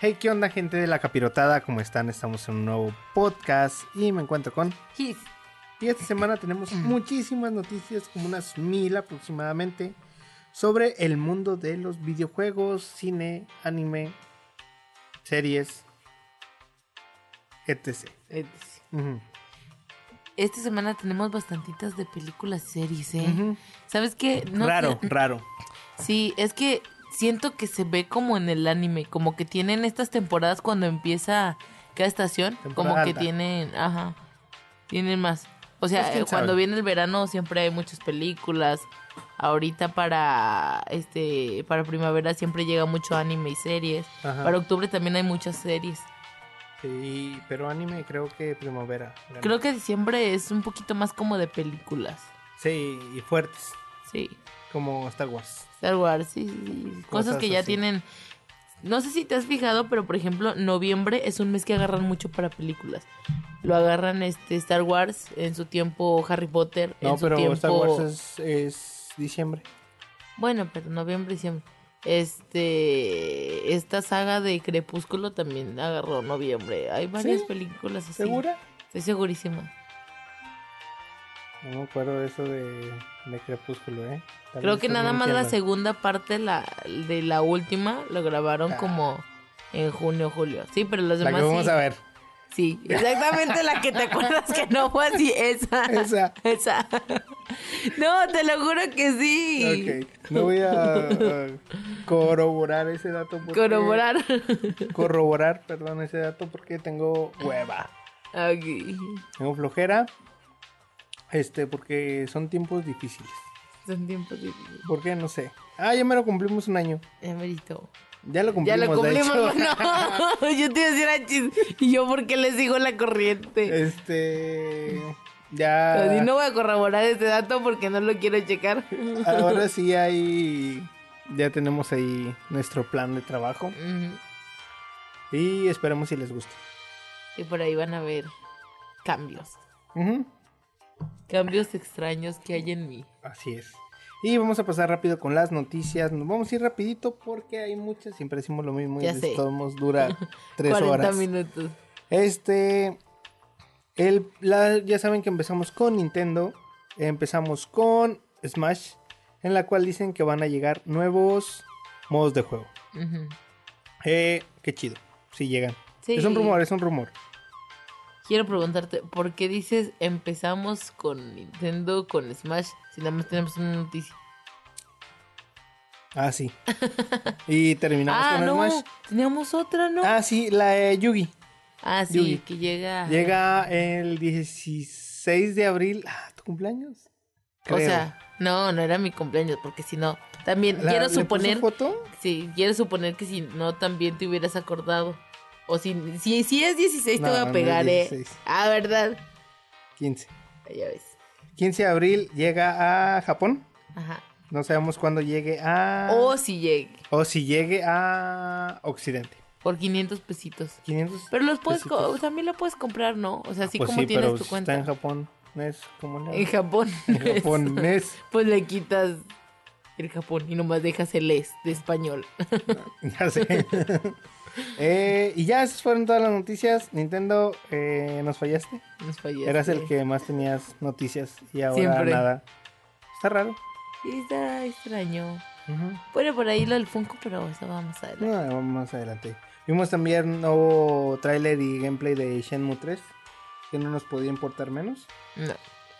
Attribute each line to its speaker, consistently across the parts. Speaker 1: Hey, ¿qué onda gente de la capirotada? ¿Cómo están? Estamos en un nuevo podcast y me encuentro con...
Speaker 2: His.
Speaker 1: Y esta semana tenemos
Speaker 2: Mm.
Speaker 1: muchísimas noticias, como unas mil aproximadamente, sobre el mundo de los videojuegos, cine, anime, series, etc.
Speaker 2: Esta
Speaker 1: Ujú,
Speaker 2: eh, semana tenemos bastantitas de películas y series, ¿eh?
Speaker 1: ujú.
Speaker 2: ¿Sabes qué? No
Speaker 1: raro,
Speaker 2: sé-
Speaker 1: raro.
Speaker 2: Sí, es que siento que se ve como en el anime, como que tienen estas temporadas cuando empieza cada estación,
Speaker 1: Temporada
Speaker 2: como que
Speaker 1: alta.
Speaker 2: tienen, ajá, tienen más. O
Speaker 1: Pues,
Speaker 2: sea,
Speaker 1: quién
Speaker 2: eh, cuando
Speaker 1: sabe.
Speaker 2: viene el verano siempre hay muchas películas. Ahorita para este para primavera siempre llega mucho anime y series.
Speaker 1: Ajá.
Speaker 2: Para octubre también hay muchas series.
Speaker 1: Sí, pero anime creo que primavera. gana.
Speaker 2: Creo que diciembre es un poquito más como de películas.
Speaker 1: Sí, y fuertes,
Speaker 2: Sí,
Speaker 1: como Star Wars.
Speaker 2: Star Wars, sí, sí, sí.
Speaker 1: Cosas
Speaker 2: Cosas que ya
Speaker 1: así.
Speaker 2: tienen. No sé si te has fijado, pero por ejemplo, noviembre es un mes que agarran mucho para películas. Lo agarran este Star Wars, en su tiempo Harry Potter,
Speaker 1: No,
Speaker 2: en su
Speaker 1: pero
Speaker 2: tiempo.
Speaker 1: Star Wars es, es diciembre.
Speaker 2: Bueno, pero noviembre y diciembre. Este esta saga de Crepúsculo también agarró noviembre. Hay varias
Speaker 1: ¿Sí?
Speaker 2: películas así.
Speaker 1: ¿Segura?
Speaker 2: Estoy segurísima.
Speaker 1: No me acuerdo de eso de, de Crepúsculo, ¿eh? Tal
Speaker 2: Creo
Speaker 1: vez
Speaker 2: que
Speaker 1: estoy
Speaker 2: nada más la
Speaker 1: mintiendo.
Speaker 2: segunda parte la, de la última lo grabaron
Speaker 1: Ah.
Speaker 2: como en junio julio. Sí, pero los
Speaker 1: La
Speaker 2: demás
Speaker 1: que vamos
Speaker 2: sí.
Speaker 1: a ver.
Speaker 2: Sí, exactamente la que te acuerdas que no fue así, esa.
Speaker 1: Esa.
Speaker 2: Esa. No, te lo juro que sí.
Speaker 1: Ok. No voy a, a corroborar ese dato. porque-
Speaker 2: Corroborar.
Speaker 1: Corroborar, perdón, ese dato porque tengo hueva.
Speaker 2: Ok.
Speaker 1: Tengo flojera. Este, porque son tiempos difíciles.
Speaker 2: Son tiempos difíciles.
Speaker 1: ¿Por qué? No sé. Ah, ya me lo cumplimos un año.
Speaker 2: Ya merito.
Speaker 1: Ya lo
Speaker 2: Ya
Speaker 1: cumplimos,
Speaker 2: lo cumplimos,
Speaker 1: de hecho.
Speaker 2: no. Yo te iba a decir a chis. ¿Y yo por qué le sigo la corriente?
Speaker 1: Este. Ya.
Speaker 2: Así no voy a corroborar este dato porque no lo quiero checar.
Speaker 1: Ahora sí hay. Ya tenemos ahí nuestro plan de trabajo.
Speaker 2: Ujú.
Speaker 1: Y esperemos si les guste.
Speaker 2: Y por ahí van a ver cambios.
Speaker 1: Ujú,
Speaker 2: Cambios extraños que hay en mí.
Speaker 1: Así es. Y vamos a pasar rápido con las noticias. Nos vamos a ir rapidito porque hay muchas. Siempre decimos lo mismo y
Speaker 2: Ya
Speaker 1: les
Speaker 2: sé.
Speaker 1: tomamos- dura tres
Speaker 2: 40
Speaker 1: horas.
Speaker 2: minutos.
Speaker 1: Este. El, la- ya saben que empezamos con Nintendo. Empezamos con Smash. En la cual dicen que van a llegar nuevos modos de juego.
Speaker 2: Ujú.
Speaker 1: Eh, qué chido. Si llegan.
Speaker 2: Sí.
Speaker 1: Es un rumor, es un rumor.
Speaker 2: Quiero preguntarte, ¿por qué dices empezamos con Nintendo, con Smash, si nada más tenemos una noticia?
Speaker 1: Ah, sí. y terminamos
Speaker 2: ah,
Speaker 1: con
Speaker 2: no,
Speaker 1: Smash.
Speaker 2: teníamos otra, ¿no? Ah,
Speaker 1: Ah, sí, la eh, Yugi.
Speaker 2: sí,
Speaker 1: Yugi.
Speaker 2: que llega...
Speaker 1: Llega el 16 de abril. Ah, ¿tu cumpleaños?
Speaker 2: O
Speaker 1: Creo.
Speaker 2: sea, no, no era mi cumpleaños, porque si no, también
Speaker 1: La-
Speaker 2: quiero
Speaker 1: ¿le puso
Speaker 2: suponer...
Speaker 1: foto?
Speaker 2: Sí, quiero suponer que si no, también te hubieras acordado. O si, si, si es 16
Speaker 1: No,
Speaker 2: te
Speaker 1: no
Speaker 2: voy
Speaker 1: es
Speaker 2: a pegar, ¿eh?
Speaker 1: 16.
Speaker 2: Ah, ¿verdad?
Speaker 1: 15.
Speaker 2: Ya ves.
Speaker 1: 15 de abril llega a Japón.
Speaker 2: Ajá.
Speaker 1: No sabemos cuándo llegue a.
Speaker 2: O si llegue,
Speaker 1: o si llegue a Occidente.
Speaker 2: por 500 pesitos.
Speaker 1: 500.
Speaker 2: Pero los puedes, co-
Speaker 1: pesitos.
Speaker 2: también lo puedes comprar, ¿no? O sea, así
Speaker 1: Pues
Speaker 2: como
Speaker 1: sí,
Speaker 2: tienes
Speaker 1: pero
Speaker 2: tu
Speaker 1: está
Speaker 2: cuenta.
Speaker 1: en Japón. No es como la-
Speaker 2: En Japón.
Speaker 1: En Japón. no es.
Speaker 2: Pues le quitas el Japón y nomás dejas el es de español.
Speaker 1: Ya sé. Eh, y ya, esas fueron todas las noticias. Nintendo, eh, nos fallaste.
Speaker 2: Nos fallaste.
Speaker 1: Eras el que más tenías noticias y ahora
Speaker 2: Siempre.
Speaker 1: nada. Está raro.
Speaker 2: Sí, está extraño. Bueno, por ahí lo del Funko, pero eso vamos a ver.
Speaker 1: No, vamos más adelante. Vimos también nuevo tráiler y gameplay de Shenmue 3, que no nos podía importar menos,
Speaker 2: No,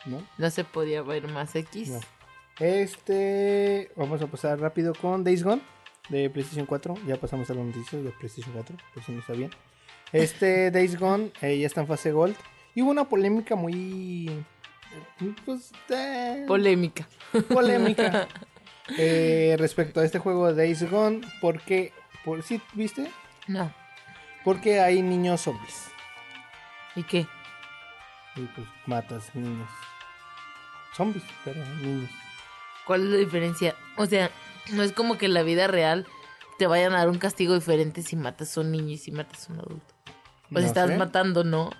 Speaker 1: ¿no?
Speaker 2: no se podía ver más X.
Speaker 1: Mm. No. Este, vamos a pasar rápido con Days Gone de PlayStation 4. Ya pasamos a las noticias de PlayStation 4, por si no sabían. Este Days Gone eh, ya está en fase Gold. Y hubo una polémica muy. Pues, eh,
Speaker 2: Polémica.
Speaker 1: polémica eh, respecto a este juego de Days Gone. Porque, por, ¿sí viste?
Speaker 2: No.
Speaker 1: Porque hay niños zombies.
Speaker 2: ¿Y qué?
Speaker 1: Y pues matas niños. Zombies, pero niños.
Speaker 2: ¿Cuál es la diferencia? O sea, no es como que en la vida real te vayan a dar un castigo diferente si matas a un niño y si matas a un adulto. Pues
Speaker 1: No
Speaker 2: estás
Speaker 1: sé,
Speaker 2: matando, ¿no?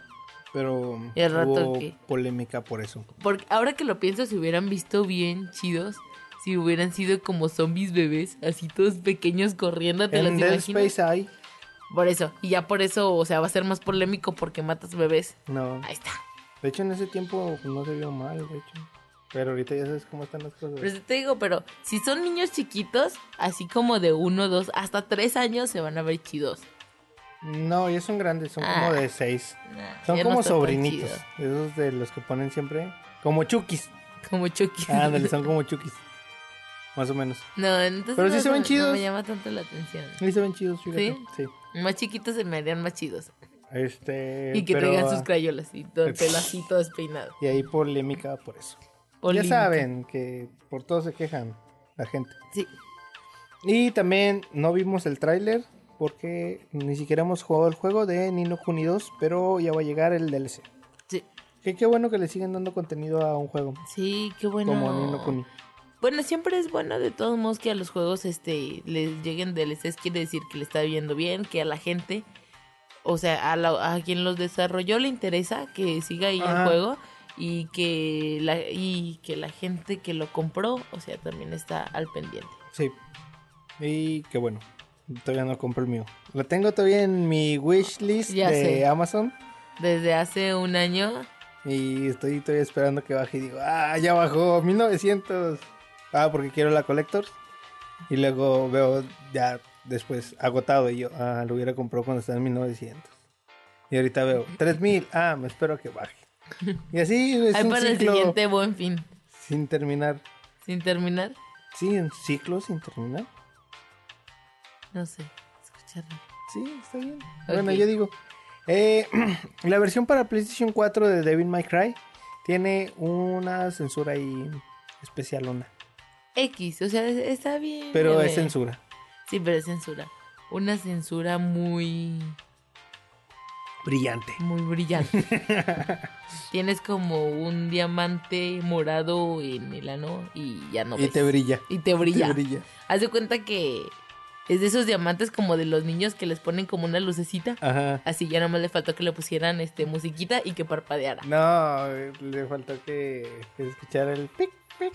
Speaker 1: Pero
Speaker 2: Y al rato
Speaker 1: hubo
Speaker 2: que-
Speaker 1: polémica por eso.
Speaker 2: Porque ahora que lo pienso, si hubieran visto bien chidos, si hubieran sido como zombies bebés, así todos pequeños corriendo, ¿te los
Speaker 1: En Dead
Speaker 2: imaginas?
Speaker 1: Space hay.
Speaker 2: Por eso. Y ya por eso, o sea, va a ser más polémico porque matas bebés.
Speaker 1: No.
Speaker 2: Ahí está.
Speaker 1: De hecho, en ese tiempo no se vio mal, de hecho. Pero ahorita ya sabes cómo están las cosas.
Speaker 2: Pero eso te digo, pero si son niños chiquitos, así como de uno, dos, hasta tres años se van a ver chidos.
Speaker 1: No, ya son grandes, son
Speaker 2: Ah.
Speaker 1: como de seis.
Speaker 2: Nah,
Speaker 1: Son
Speaker 2: ya no
Speaker 1: como
Speaker 2: está tan
Speaker 1: sobrinitos.
Speaker 2: chido.
Speaker 1: Esos de los que ponen siempre. Como chukis.
Speaker 2: Como Chucky.
Speaker 1: Ándale, son como chukis. Más o menos.
Speaker 2: No, entonces
Speaker 1: Pero sí
Speaker 2: no,
Speaker 1: se ven
Speaker 2: no-
Speaker 1: chidos.
Speaker 2: No me llama tanto la atención.
Speaker 1: Ahí se ven chidos, fíjate. Sí.
Speaker 2: Más chiquitos se me harían más chidos.
Speaker 1: Este.
Speaker 2: Y que
Speaker 1: pero,
Speaker 2: traigan sus
Speaker 1: ah,
Speaker 2: crayolas y todo el pelo así, todo despeinado.
Speaker 1: Y hay polémica por eso.
Speaker 2: Polémica.
Speaker 1: Ya saben que por todo se quejan la gente.
Speaker 2: Sí.
Speaker 1: Y también no vimos el tráiler porque ni siquiera hemos jugado el juego de Nino Kuni 2, pero ya va a llegar el DLC.
Speaker 2: Sí,
Speaker 1: Que qué bueno que le siguen dando contenido a un juego
Speaker 2: sí, qué bueno.
Speaker 1: como Nino Kuni.
Speaker 2: Bueno, siempre es bueno de todos modos que a los juegos este les lleguen DLCs, quiere decir que le está viendo bien, que a la gente, o sea, a, la- a quien los desarrolló le interesa que siga ahí
Speaker 1: Ajá.
Speaker 2: el juego y que la y que la gente que lo compró, o sea, también está al pendiente.
Speaker 1: Sí. Y qué bueno. Todavía no compré el mío. Lo tengo todavía en mi wishlist
Speaker 2: Ya
Speaker 1: de
Speaker 2: sé.
Speaker 1: Amazon.
Speaker 2: Desde hace un año,
Speaker 1: Y estoy todavía esperando que baje y digo, ah, ya bajó, 1900. Ah, porque quiero la Collectors. Y luego veo ya después agotado y yo, ah, lo hubiera comprado cuando estaba en 1900. Y ahorita veo, 3000, ah, me espero que baje. Y así es
Speaker 2: ahí
Speaker 1: un
Speaker 2: para el
Speaker 1: ciclo
Speaker 2: siguiente buen fin,
Speaker 1: sin terminar.
Speaker 2: sin terminar,
Speaker 1: Sí, un ciclo sin terminar.
Speaker 2: no sé, escucharlo.
Speaker 1: Sí, está bien.
Speaker 2: Ok.
Speaker 1: Bueno, yo digo. eh, la versión para PlayStation 4 de Devil May Cry tiene una censura ahí especialona.
Speaker 2: X, o sea, es- está bien.
Speaker 1: Pero
Speaker 2: bebé.
Speaker 1: es censura.
Speaker 2: Sí, pero es censura. Una censura muy
Speaker 1: Brillante.
Speaker 2: muy brillante. Tienes como un diamante morado en el ano y ya no
Speaker 1: y
Speaker 2: ves.
Speaker 1: te brilla.
Speaker 2: y te brilla.
Speaker 1: Te pues. brilla.
Speaker 2: Haz de cuenta que es de esos diamantes como de los niños que les ponen como una lucecita.
Speaker 1: Ajá.
Speaker 2: Así ya nomás le faltó que le pusieran este musiquita y que parpadeara.
Speaker 1: No, le faltó que que escuchar el pic, pic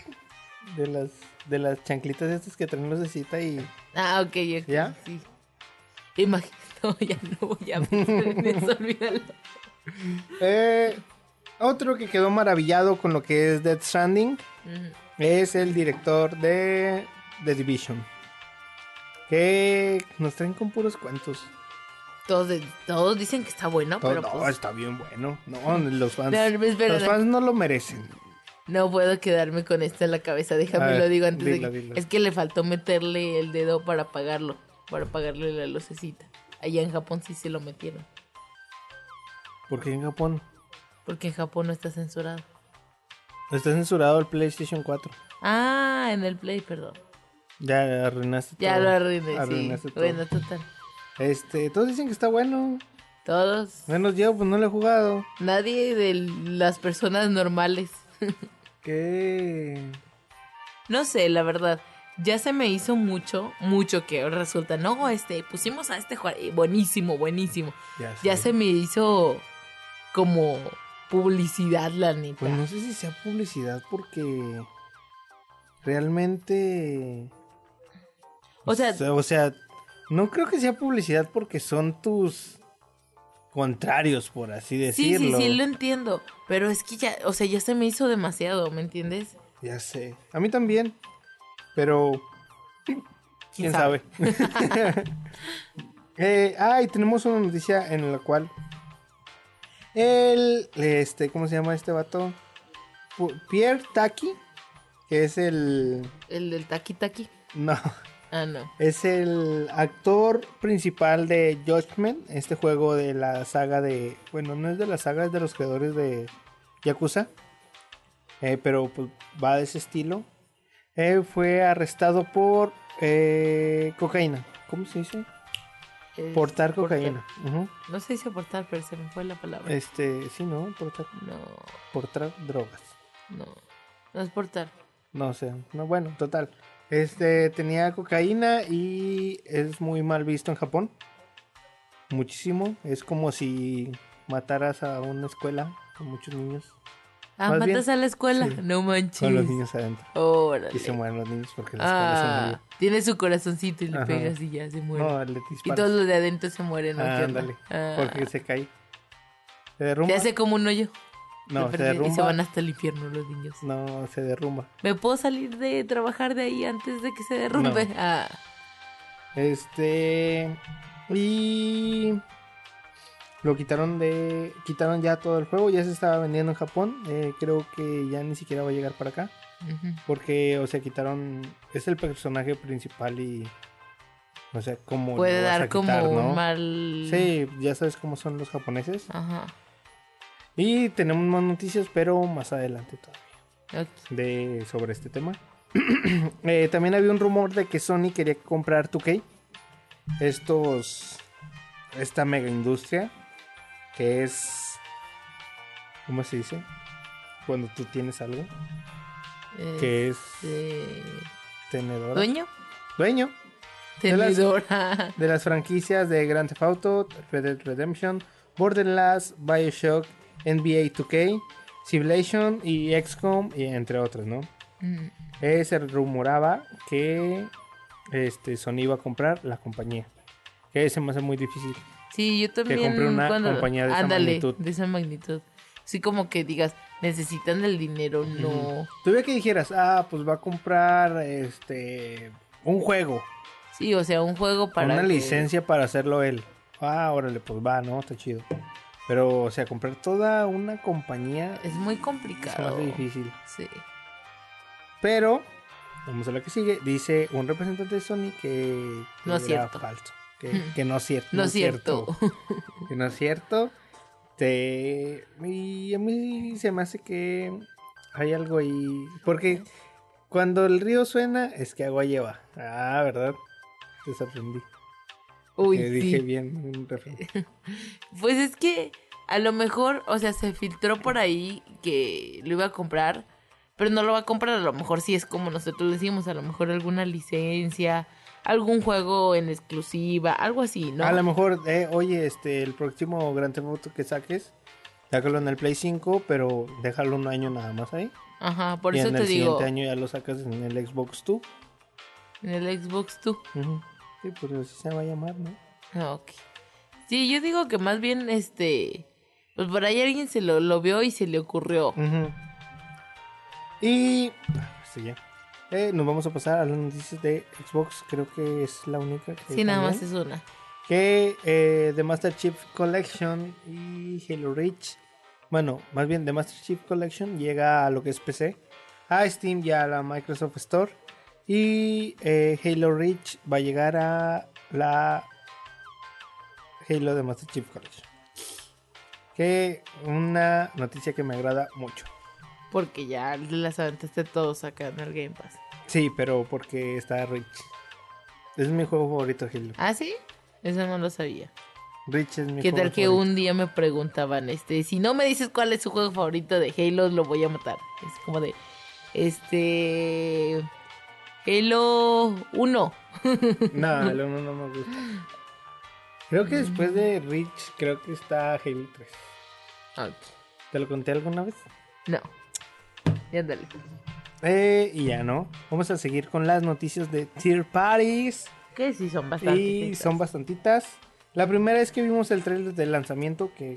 Speaker 1: de las, de las chanclitas estas que traen lucecita y
Speaker 2: Ah, ok, ok,
Speaker 1: ¿Ya?
Speaker 2: Sí. Imagino, ya no voy a pensar en eso, olvídalo.
Speaker 1: Eh, otro que quedó maravillado con lo que es Death Stranding
Speaker 2: Ujú.
Speaker 1: es el director de The Division. Que nos traen con puros cuentos.
Speaker 2: Todos, de- todos dicen que está bueno,
Speaker 1: Todo-
Speaker 2: pero
Speaker 1: no,
Speaker 2: pues,
Speaker 1: está bien bueno. No, los fans.
Speaker 2: No, espera,
Speaker 1: los
Speaker 2: no.
Speaker 1: fans no lo merecen.
Speaker 2: No puedo quedarme con esto en la cabeza,
Speaker 1: A
Speaker 2: déjame
Speaker 1: ver,
Speaker 2: lo digo antes
Speaker 1: dilo,
Speaker 2: de que...
Speaker 1: dilo.
Speaker 2: Es que le faltó meterle el dedo para apagarlo, para apagarle la lucecita. Allá en Japón sí se lo metieron,
Speaker 1: Porque en Japón
Speaker 2: porque en Japón no está censurado.
Speaker 1: está censurado el PlayStation 4.
Speaker 2: Ah, en el Play, perdón.
Speaker 1: Ya arruinaste
Speaker 2: Ya
Speaker 1: todo.
Speaker 2: lo arruiné,
Speaker 1: Arruinaste
Speaker 2: sí.
Speaker 1: todo.
Speaker 2: Bueno, total.
Speaker 1: Este, todos dicen que está bueno.
Speaker 2: Todos,
Speaker 1: Menos yo, pues no lo he jugado.
Speaker 2: nadie de las personas normales.
Speaker 1: ¿Qué?
Speaker 2: No sé, la verdad. Ya se me hizo mucho, mucho que resulta. No, este, pusimos a este jugar. eh, Buenísimo, buenísimo. Ya
Speaker 1: sé.
Speaker 2: se me hizo como publicidad, la neta.
Speaker 1: Pues no sé si sea publicidad porque realmente...
Speaker 2: O sea-
Speaker 1: o sea, no creo que sea publicidad porque son tus contrarios, por así
Speaker 2: sí, sí,
Speaker 1: decirlo.
Speaker 2: sí, lo entiendo. Pero es que ya, o sea, ya se me hizo demasiado, ¿me entiendes?
Speaker 1: Ya sé. A mí también, pero... ¿Quién, sabe? Eh, ah, y tenemos una noticia en la cual... El, este, ¿cómo se llama este vato? Pu- Pierre Taki, que es el...
Speaker 2: El del taqui taqui.
Speaker 1: No,
Speaker 2: Ah, no.
Speaker 1: es el actor principal de Judgment, este juego de la saga de... Bueno, no es de la saga, es de los creadores de Yakuza, eh, pero pues, va de ese estilo. Eh, fue arrestado por eh, cocaína. ¿Cómo se dice?
Speaker 2: Es-
Speaker 1: Portar cocaína. Ujú.
Speaker 2: No se dice portar, pero se me fue la palabra.
Speaker 1: Este, sí, ¿no? Portar,
Speaker 2: No,
Speaker 1: portar drogas.
Speaker 2: no. No es portar.
Speaker 1: No sé, no, bueno, total. Este tenía cocaína y es muy mal visto en Japón. Muchísimo. Es como si mataras a una escuela con muchos niños.
Speaker 2: Ah,
Speaker 1: Más
Speaker 2: matas
Speaker 1: bien,
Speaker 2: a la escuela.
Speaker 1: sí.
Speaker 2: No manches.
Speaker 1: Con los niños adentro.
Speaker 2: Órale.
Speaker 1: Y se mueren los niños porque las
Speaker 2: Eh, Ah, tiene su corazoncito y le
Speaker 1: Ajá.
Speaker 2: pegas y ya se muere.
Speaker 1: No, le
Speaker 2: y
Speaker 1: disparas.
Speaker 2: todos los de adentro se mueren. ¿no?
Speaker 1: Ah,
Speaker 2: ¿Qué onda?
Speaker 1: ándale.
Speaker 2: Ah,
Speaker 1: Porque se cae. Se derrumba.
Speaker 2: se hace como un hoyo.
Speaker 1: No,
Speaker 2: de
Speaker 1: se
Speaker 2: perdido,
Speaker 1: derrumba.
Speaker 2: Y se van hasta el infierno los niños.
Speaker 1: No, se derrumba.
Speaker 2: ¿Me puedo salir de trabajar de ahí antes de que se derrumbe?
Speaker 1: No.
Speaker 2: Ah,
Speaker 1: Este. Y. Lo quitaron de. Quitaron ya todo el juego. Ya se estaba vendiendo en Japón. Eh, creo que ya ni siquiera va a llegar para acá.
Speaker 2: ujú.
Speaker 1: Porque, o sea, quitaron. Es el personaje principal y. O sea, como. lo
Speaker 2: Puede
Speaker 1: vas a
Speaker 2: dar como
Speaker 1: quitar, ¿no?
Speaker 2: un mal.
Speaker 1: Sí, ya sabes cómo son los japoneses.
Speaker 2: Ajá.
Speaker 1: Y tenemos más noticias, pero más adelante todavía.
Speaker 2: Ok.
Speaker 1: de, sobre este tema. Eh, también había un rumor de que Sony quería comprar 2K. Estos. Esta mega industria. Que es. ¿Cómo se dice? Cuando tú tienes algo. Que es.
Speaker 2: Este,
Speaker 1: Tenedora.
Speaker 2: ¿Dueño?
Speaker 1: Dueño De las-
Speaker 2: Tenedora.
Speaker 1: de las franquicias de Grand Theft Auto, Red Dead Redemption, Borderlands, Bioshock, NBA 2K, Civilization y XCOM, y entre otros, ¿no?
Speaker 2: Mm,
Speaker 1: Eh, se rumoraba que este, Sony iba a comprar la compañía. Que se me hace muy difícil.
Speaker 2: Sí, yo también.
Speaker 1: compré una
Speaker 2: cuando-
Speaker 1: compañía de esa magnitud.
Speaker 2: De esa magnitud. Sí, como que digas, necesitan el dinero, no.
Speaker 1: Tuve que dijeras, ah, pues va a comprar este un juego,
Speaker 2: Sí, o sea, un juego para.
Speaker 1: una
Speaker 2: que-
Speaker 1: licencia para hacerlo él. Ah, órale, pues va, ¿no? Está chido. Pero, o sea, comprar toda una compañía
Speaker 2: Es muy
Speaker 1: es más
Speaker 2: complicado.
Speaker 1: difícil.
Speaker 2: Sí.
Speaker 1: Pero, vamos a la que sigue, dice un representante de Sony que
Speaker 2: No es
Speaker 1: era
Speaker 2: cierto.
Speaker 1: falso. Que, que no es cierto.
Speaker 2: No es cierto.
Speaker 1: que no es cierto. Te... Y a mí se me hace que hay algo ahí. Porque cuando el río suena es que agua lleva. Ah, ¿verdad? Te sorprendí.
Speaker 2: Uy,
Speaker 1: Que
Speaker 2: sí. Eh,
Speaker 1: dije bien un refrán.
Speaker 2: Pues es que a lo mejor, o sea, se filtró por ahí que lo iba a comprar, pero no lo va a comprar. A lo mejor sí es como nosotros decimos, a lo mejor alguna licencia, algún juego en exclusiva, algo así, ¿no?
Speaker 1: A lo mejor, eh, oye, este, el próximo Gran Theft Auto que saques, sácalo en el Play 5, pero déjalo un año nada más ahí.
Speaker 2: Ajá, por
Speaker 1: y
Speaker 2: eso
Speaker 1: en
Speaker 2: te
Speaker 1: el
Speaker 2: digo,
Speaker 1: siguiente año ya lo sacas en el Xbox 2.
Speaker 2: en el Xbox tú.
Speaker 1: Ujú. Sí, pues así se va a llamar, ¿no?
Speaker 2: Ah, ok. Sí, yo digo que más bien, este, pues por ahí alguien se lo, lo vio y se le ocurrió.
Speaker 1: Ujú. Y. ah, sí, ya. Eh, nos vamos a pasar a las noticias de Xbox. Creo que es la única que.
Speaker 2: Sí, nada más
Speaker 1: también.
Speaker 2: es una.
Speaker 1: Que eh, The Master Chief Collection y Halo Reach. Bueno, más bien The Master Chief Collection llega a lo que es PC, a Steam y a la Microsoft Store. Y eh, Halo Reach va a llegar a la Halo The Master Chief Collection. Que una noticia que me agrada mucho.
Speaker 2: Porque ya las aventaste todos acá en el Game Pass.
Speaker 1: Sí, pero porque está Rich. Es mi juego favorito, Halo.
Speaker 2: ¿Ah, sí? Eso no lo sabía.
Speaker 1: Rich es mi
Speaker 2: ¿Qué
Speaker 1: juego
Speaker 2: tal que
Speaker 1: favorito.
Speaker 2: un día me preguntaban, este, si no me dices cuál es su juego favorito de Halo, lo voy a matar? Es como de, este, Halo 1.
Speaker 1: No, el uno no me gusta. Creo que después de Rich, creo que está Halo 3. ¿Te lo conté alguna vez?
Speaker 2: No. Y ándale.
Speaker 1: Eh, y ya no. Vamos a seguir con las noticias de Tier Parties.
Speaker 2: Que sí son bastante.
Speaker 1: Y son bastantitas. La primera es que vimos el trailer del lanzamiento que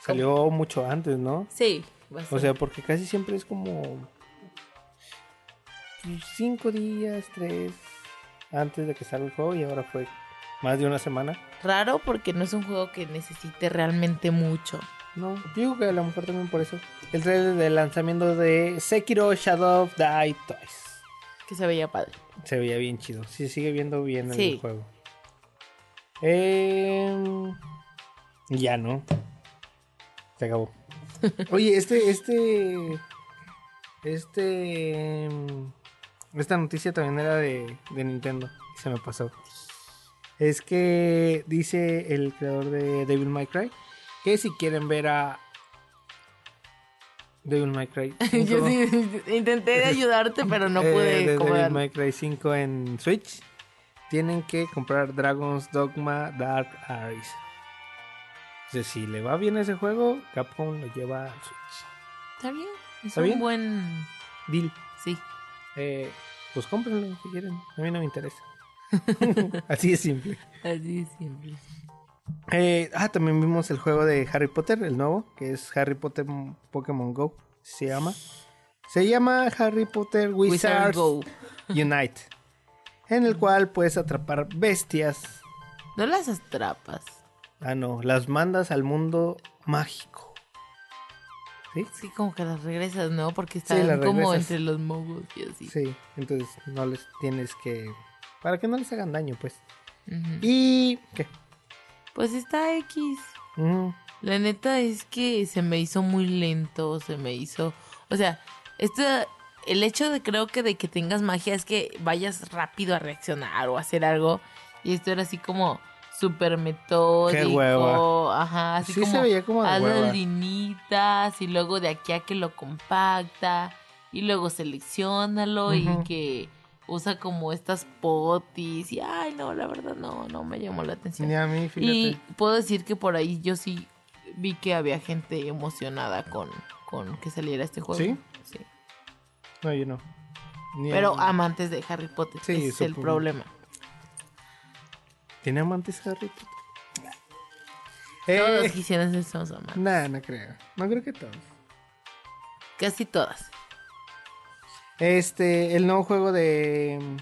Speaker 1: salió mucho antes, ¿no?
Speaker 2: Sí,
Speaker 1: O
Speaker 2: bastante.
Speaker 1: sea, porque casi siempre es como cinco días, tres antes de que salga el juego y ahora fue más de una semana.
Speaker 2: raro porque no es un juego que necesite realmente mucho.
Speaker 1: No, digo que a lo mejor también por eso. El trailer del lanzamiento de Sekiro Shadow of the Twice.
Speaker 2: Que se veía padre.
Speaker 1: Se veía bien chido. Sí, sigue viendo bien
Speaker 2: Sí.
Speaker 1: el juego. Em, ya no. Se acabó. Oye, este, este, este, em, esta noticia también era de, de Nintendo. y Se me pasó. Es que dice el creador de Devil May Cry que si quieren ver a Devil May Cry.
Speaker 2: Yo sí, intenté de ayudarte, pero no
Speaker 1: Eh,
Speaker 2: pude.
Speaker 1: de
Speaker 2: como
Speaker 1: Devil
Speaker 2: dar-
Speaker 1: May Cry 5 en Switch. Tienen que comprar Dragon's Dogma Dark Aries. Entonces, si le va bien ese juego, Capcom lo lleva al Switch.
Speaker 2: Está bien. Es
Speaker 1: ¿Está
Speaker 2: un
Speaker 1: bien?
Speaker 2: buen.
Speaker 1: Deal.
Speaker 2: Sí.
Speaker 1: Eh, pues cómprenlo si quieren. A mí no me interesa. Así es simple.
Speaker 2: Así siempre.
Speaker 1: Eh, ah, también vimos el juego de Harry Potter, el nuevo, que es Harry Potter M- Pokémon Go. Se llama. Se llama Harry Potter
Speaker 2: Wizard
Speaker 1: Wizards
Speaker 2: Go.
Speaker 1: Unite. En el cual puedes atrapar bestias.
Speaker 2: No las atrapas.
Speaker 1: Ah, no, las mandas al mundo mágico. ¿Sí?
Speaker 2: Sí, como que las regresas, ¿no? Porque están
Speaker 1: las
Speaker 2: como
Speaker 1: regresas.
Speaker 2: entre los mogos y así.
Speaker 1: Sí, entonces no les tienes que. Para que no les hagan daño, pues.
Speaker 2: Ujú.
Speaker 1: Y. ¿Qué?
Speaker 2: Pues está X.
Speaker 1: Mm,
Speaker 2: La neta es que se me hizo muy lento, se me hizo... O sea, esto, el hecho de creo que de que tengas magia es que vayas rápido a reaccionar o a hacer algo. Y esto era así como súper metódico.
Speaker 1: hueva.
Speaker 2: Ajá, así
Speaker 1: sí,
Speaker 2: Ah, como...
Speaker 1: se veía como de
Speaker 2: Haz las
Speaker 1: hueva.
Speaker 2: linitas y luego de aquí a que lo compacta y luego seleccionalo
Speaker 1: Ujú.
Speaker 2: y que usa como estas potis y ay no, la verdad no, no me llamó la atención.
Speaker 1: Ni a mí, fíjate.
Speaker 2: Y puedo decir que por ahí yo sí vi que había gente emocionada con, con que saliera este juego.
Speaker 1: ¿Sí? No, yo no. Ni a-
Speaker 2: Pero amantes de Harry Potter,
Speaker 1: Sí,
Speaker 2: ese es el
Speaker 1: supongo.
Speaker 2: problema.
Speaker 1: ¿Tiene amantes Harry Potter?
Speaker 2: Todos
Speaker 1: Eh,
Speaker 2: quisieran ser sus amantes.
Speaker 1: nah, no creo. No creo que todos.
Speaker 2: Casi todas.
Speaker 1: Este, el nuevo juego de.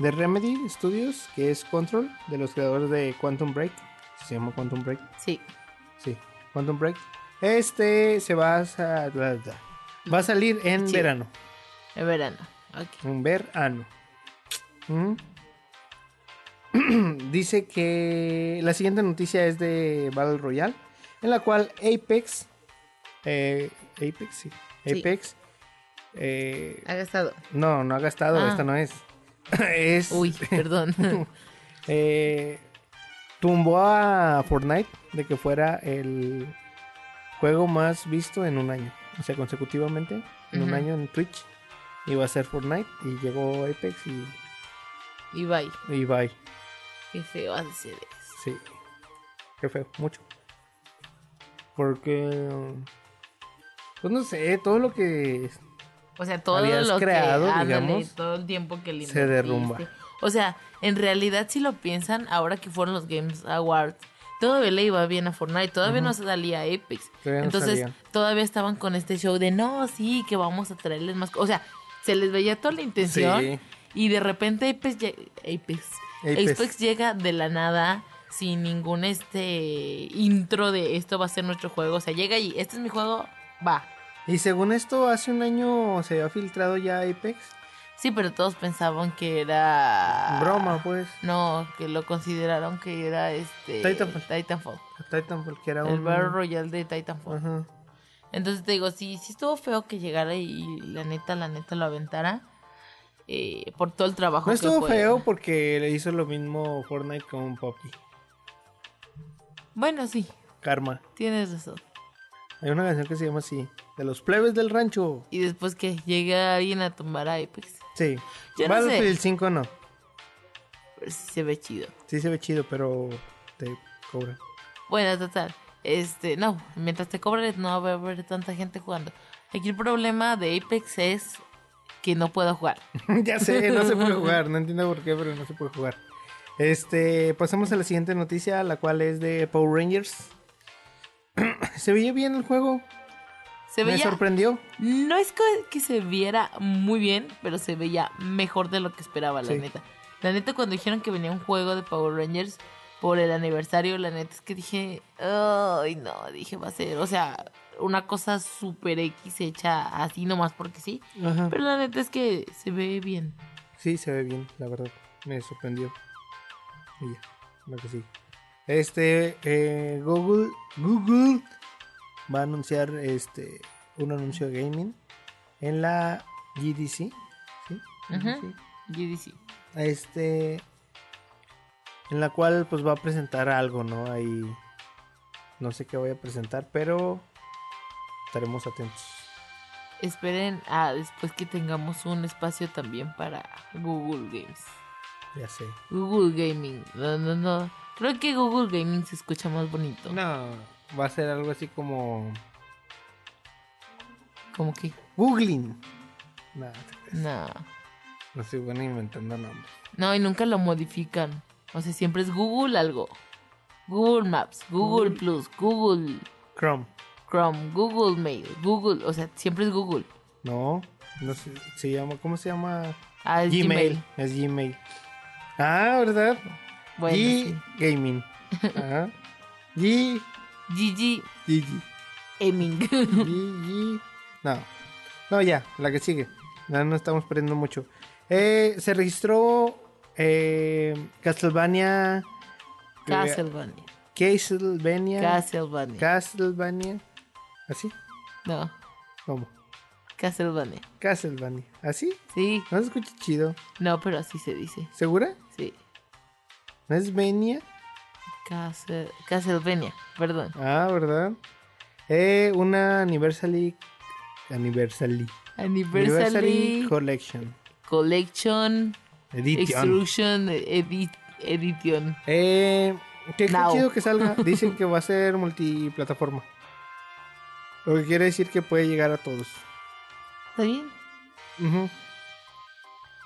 Speaker 1: De Remedy Studios, que es Control, de los creadores de Quantum Break. Se llama Quantum Break.
Speaker 2: Sí.
Speaker 1: Sí, Quantum Break. Este se va a, sa- bla, bla. va a salir en
Speaker 2: Sí.
Speaker 1: verano.
Speaker 2: En verano. Ok.
Speaker 1: En verano. Mm. Dice que la siguiente noticia es de Battle Royale, en la cual Apex, eh, Apex, sí,
Speaker 2: Sí.
Speaker 1: Apex, eh,
Speaker 2: Ha gastado.
Speaker 1: no, no ha gastado,
Speaker 2: Ah.
Speaker 1: esta no es, es,
Speaker 2: Uy, perdón.
Speaker 1: eh, tumbó a Fortnite de que fuera el juego más visto en un año. O sea, consecutivamente, en un
Speaker 2: Ujú.
Speaker 1: año en Twitch. Iba a ser Fortnite y llegó Apex y,
Speaker 2: y bye.
Speaker 1: y bye.
Speaker 2: Qué feo ha de ser eso.
Speaker 1: Sí. Qué feo, mucho. Porque... Pues no sé, todo lo que...
Speaker 2: O sea, todo
Speaker 1: Habías
Speaker 2: lo
Speaker 1: creado,
Speaker 2: que ándale,
Speaker 1: digamos,
Speaker 2: todo el tiempo que le
Speaker 1: se derrumba.
Speaker 2: invertiste. O sea, en realidad si lo piensan, ahora que fueron los Games Awards, todavía le iba bien a Fortnite, todavía
Speaker 1: Ujú.
Speaker 2: no salía Apex.
Speaker 1: Todavía no
Speaker 2: Entonces,
Speaker 1: salía.
Speaker 2: todavía estaban con este show de no, sí, que vamos a traerles más. co-". O sea, se les veía toda la intención y de repente Apex, lle- Apex,
Speaker 1: Apex.
Speaker 2: Apex llega de la nada sin ningún este intro de esto va a ser nuestro juego. O sea, llega y este es mi juego, va.
Speaker 1: Y según esto, hace un año se había filtrado ya Apex.
Speaker 2: Sí, pero todos pensaban que era.
Speaker 1: Broma, pues.
Speaker 2: No, que lo consideraron que era este.
Speaker 1: Titanfall.
Speaker 2: Titanfall.
Speaker 1: Titanfall, que era
Speaker 2: El
Speaker 1: un...
Speaker 2: Battle Royale de Titanfall.
Speaker 1: Ajá.
Speaker 2: Entonces te digo, sí, sí estuvo feo que llegara y, y la neta, la neta lo aventara. eh, por todo el trabajo
Speaker 1: No
Speaker 2: que
Speaker 1: estuvo
Speaker 2: fue.
Speaker 1: feo porque le hizo lo mismo Fortnite con Poppy.
Speaker 2: Bueno, sí,
Speaker 1: Karma.
Speaker 2: tienes razón.
Speaker 1: Hay una canción que se llama así. De los plebes del rancho.
Speaker 2: Y después que llega alguien a pues, tomar a Apex.
Speaker 1: Sí.
Speaker 2: Yo no
Speaker 1: Battlefield 5 no.
Speaker 2: Pero pues, sí se ve chido.
Speaker 1: Sí se ve chido, pero te cobra.
Speaker 2: Bueno, total. Este, no, mientras te cobres no va a haber tanta gente jugando. Aquí el problema de Apex es que no puedo jugar.
Speaker 1: ya sé, no se puede jugar. No entiendo por qué, pero no se puede jugar. Este, pasamos a la siguiente noticia, la cual es de Power Rangers. se veía bien el juego.
Speaker 2: Se
Speaker 1: Me
Speaker 2: veía,
Speaker 1: sorprendió.
Speaker 2: no es que- que se viera muy bien, pero se veía mejor de lo que esperaba, la
Speaker 1: Sí.
Speaker 2: neta. La neta, cuando dijeron que venía un juego de Power Rangers por el aniversario, la neta es que dije, ay, no, dije, va a ser, o sea, una cosa super X hecha así nomás porque sí.
Speaker 1: Ajá.
Speaker 2: Pero la neta es que se ve bien.
Speaker 1: Sí, se ve bien, la verdad. Me sorprendió. Y ya, lo que sí. Este, eh, Google, Google va a anunciar este un anuncio de gaming en la GDC. ¿sí?
Speaker 2: Ajá.
Speaker 1: GDC.
Speaker 2: GDC.
Speaker 1: Este, en la cual pues va a presentar algo, ¿no? Ahí, no sé qué voy a presentar, pero estaremos atentos.
Speaker 2: Esperen a después que tengamos un espacio también para Google Games.
Speaker 1: Ya sé.
Speaker 2: Google Gaming. No, no, no. Creo que Google Gaming se escucha más bonito.
Speaker 1: No, va a ser algo así como
Speaker 2: Como que,
Speaker 1: Googling. Nah,
Speaker 2: no.
Speaker 1: no soy bueno inventando nombres.
Speaker 2: No, y nunca lo modifican. O sea, siempre es Google algo. Google Maps, Google
Speaker 1: Google.
Speaker 2: Plus, Google
Speaker 1: Chrome.
Speaker 2: Chrome, Google Mail, Google. O sea, siempre es Google.
Speaker 1: No, no sé, se llama, ¿cómo se llama?
Speaker 2: Ah, es Gmail.
Speaker 1: Es Gmail. Ah, ¿verdad?
Speaker 2: Bueno,
Speaker 1: G Gaming. Ajá. G
Speaker 2: sí. GG
Speaker 1: G G.
Speaker 2: Eming.
Speaker 1: G, G. No. No, ya, la que sigue. No, no estamos perdiendo mucho. Eh, se registró eh, Castlevania.
Speaker 2: Castlevania.
Speaker 1: Castlevania.
Speaker 2: Castlevania.
Speaker 1: Castlevania. ¿Así?
Speaker 2: no,
Speaker 1: ¿Cómo?
Speaker 2: Castlevania.
Speaker 1: Castlevania. ¿Así?
Speaker 2: Sí,
Speaker 1: No se escucha chido.
Speaker 2: no, pero así se dice.
Speaker 1: ¿Segura?
Speaker 2: Sí.
Speaker 1: ¿No es Venia?
Speaker 2: Castle- Castlevania, perdón.
Speaker 1: Ah, ¿verdad? Eh, una Anniversary. Anniversary.
Speaker 2: Anniversary
Speaker 1: Collection.
Speaker 2: Collection
Speaker 1: Edition.
Speaker 2: Extrusion Edit- Edition.
Speaker 1: Eh, que está
Speaker 2: Now.
Speaker 1: chido que salga. Dicen que va a ser multiplataforma. Lo que quiere decir que puede llegar a todos.
Speaker 2: ¿Está bien?
Speaker 1: Ujú.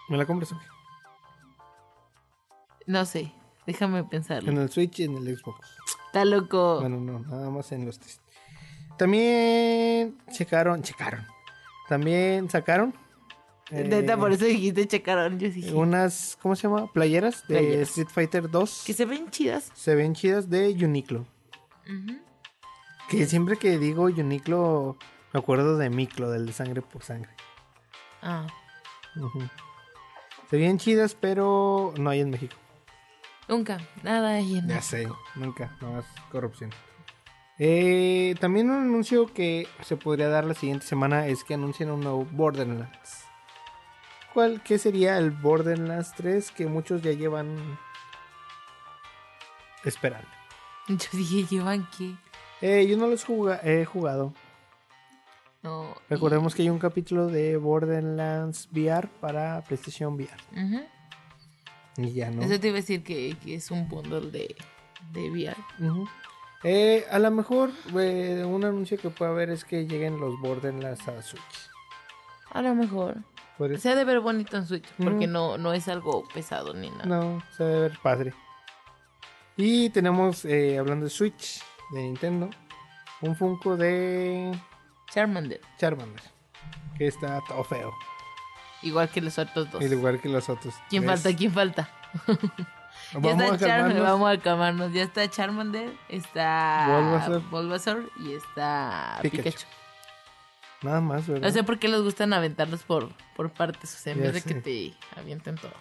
Speaker 1: ¿Me la compras? o qué?
Speaker 2: No sé, déjame pensarlo.
Speaker 1: En el Switch y en el Xbox.
Speaker 2: Está loco.
Speaker 1: Bueno, no, nada más en los test. También checaron, checaron. También sacaron.
Speaker 2: Neta,
Speaker 1: eh,
Speaker 2: por eso dijiste checaron. Yo dije
Speaker 1: unas, ¿cómo se llama? Playeras de
Speaker 2: Playeras.
Speaker 1: Street Fighter 2.
Speaker 2: que se ven chidas.
Speaker 1: Se ven chidas de Uniqlo.
Speaker 2: Ujú.
Speaker 1: Que siempre que digo Uniqlo, me acuerdo de Miclo, del de sangre por sangre.
Speaker 2: Ah,
Speaker 1: Ujú. Se ven chidas, pero no hay en México.
Speaker 2: nunca, nada ahí en-
Speaker 1: Ya sé, nunca, más corrupción. Eh, también un anuncio que se podría dar la siguiente semana es que anuncian un nuevo Borderlands. ¿Cuál? ¿Qué sería el Borderlands 3 que muchos ya llevan esperando?
Speaker 2: Yo dije, ¿llevan qué?
Speaker 1: Eh, yo no los juga- he jugado.
Speaker 2: No. y-
Speaker 1: Recordemos que hay un capítulo de Borderlands VR para PlayStation VR.
Speaker 2: Ujú.
Speaker 1: Y ya no.
Speaker 2: Eso te iba a decir que, que es un bundle de, de VR.
Speaker 1: Ujú. Eh, a lo mejor eh, un anuncio que puede haber es que lleguen los Borderlands a Switch.
Speaker 2: A lo mejor.
Speaker 1: Podría
Speaker 2: Se ha de ver bonito en Switch, porque
Speaker 1: Ujú.
Speaker 2: no, no es algo pesado ni nada.
Speaker 1: Mm. No, se debe ver padre. Y tenemos, eh, hablando de Switch, de Nintendo, un Funko de
Speaker 2: Charmander,
Speaker 1: Charmander, que está todo feo,
Speaker 2: igual que los otros dos.
Speaker 1: al igual que los otros.
Speaker 2: ¿Quién
Speaker 1: ¿Ves?
Speaker 2: falta? ¿Quién falta? Ya
Speaker 1: Vamos
Speaker 2: está
Speaker 1: a calmarnos.
Speaker 2: Charmander, vamos a calmarnos. Ya está Charmander, está
Speaker 1: Bulbasaur.
Speaker 2: Bulbasaur y está
Speaker 1: Pikachu.
Speaker 2: Pikachu.
Speaker 1: Nada más, ¿verdad?
Speaker 2: No sé por qué les gustan aventarlos por, por partes, o sea, en
Speaker 1: Ya
Speaker 2: vez de
Speaker 1: sé.
Speaker 2: que te avienten todos.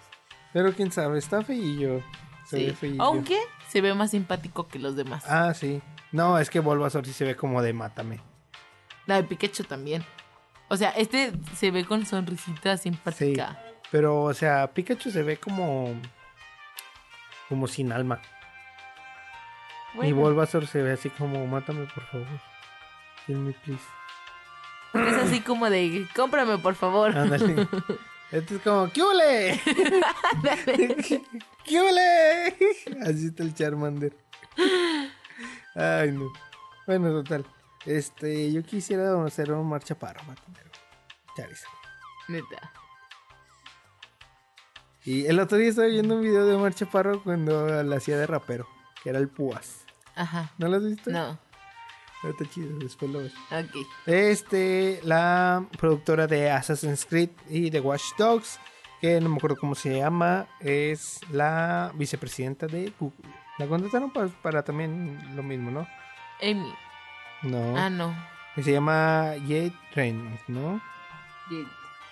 Speaker 1: Pero quién sabe, está feillo. Se ve
Speaker 2: Sí. Oh,
Speaker 1: feillo.
Speaker 2: Aunque se ve más simpático que los demás.
Speaker 1: Ah, sí. No, es que Bulbasaur sí se ve como de mátame.
Speaker 2: La de Pikachu también. O sea, este se ve con sonrisita
Speaker 1: Sí.
Speaker 2: simpática.
Speaker 1: Pero, o sea, Pikachu se ve como. como sin alma. Y
Speaker 2: Bueno,
Speaker 1: Bulbasaur se ve así como, mátame por favor. Kill me please.
Speaker 2: es así como de, cómprame por favor.
Speaker 1: Ándale. Este es como, ¡qué ole! ¡Qué ole! Así está el Charmander. Ay, no. Bueno, total. Este, yo quisiera conocer a un marchaparro para tener un Charizard.
Speaker 2: Neta.
Speaker 1: Y el otro día estaba viendo un video de Omar Chaparro cuando la hacía de rapero, que era el Púas.
Speaker 2: Ajá.
Speaker 1: ¿No lo has visto? Ah,
Speaker 2: No.
Speaker 1: Está chido, después lo ves.
Speaker 2: Ok.
Speaker 1: Este, la productora de Assassin's Creed y de Watch Dogs, que no me acuerdo cómo se llama, es la vicepresidenta de Google. La contrataron pa- para, también lo mismo, ¿no?
Speaker 2: Amy.
Speaker 1: No.
Speaker 2: Ah, no.
Speaker 1: Que Se llama Jade Reynolds, ¿no?
Speaker 2: Jade.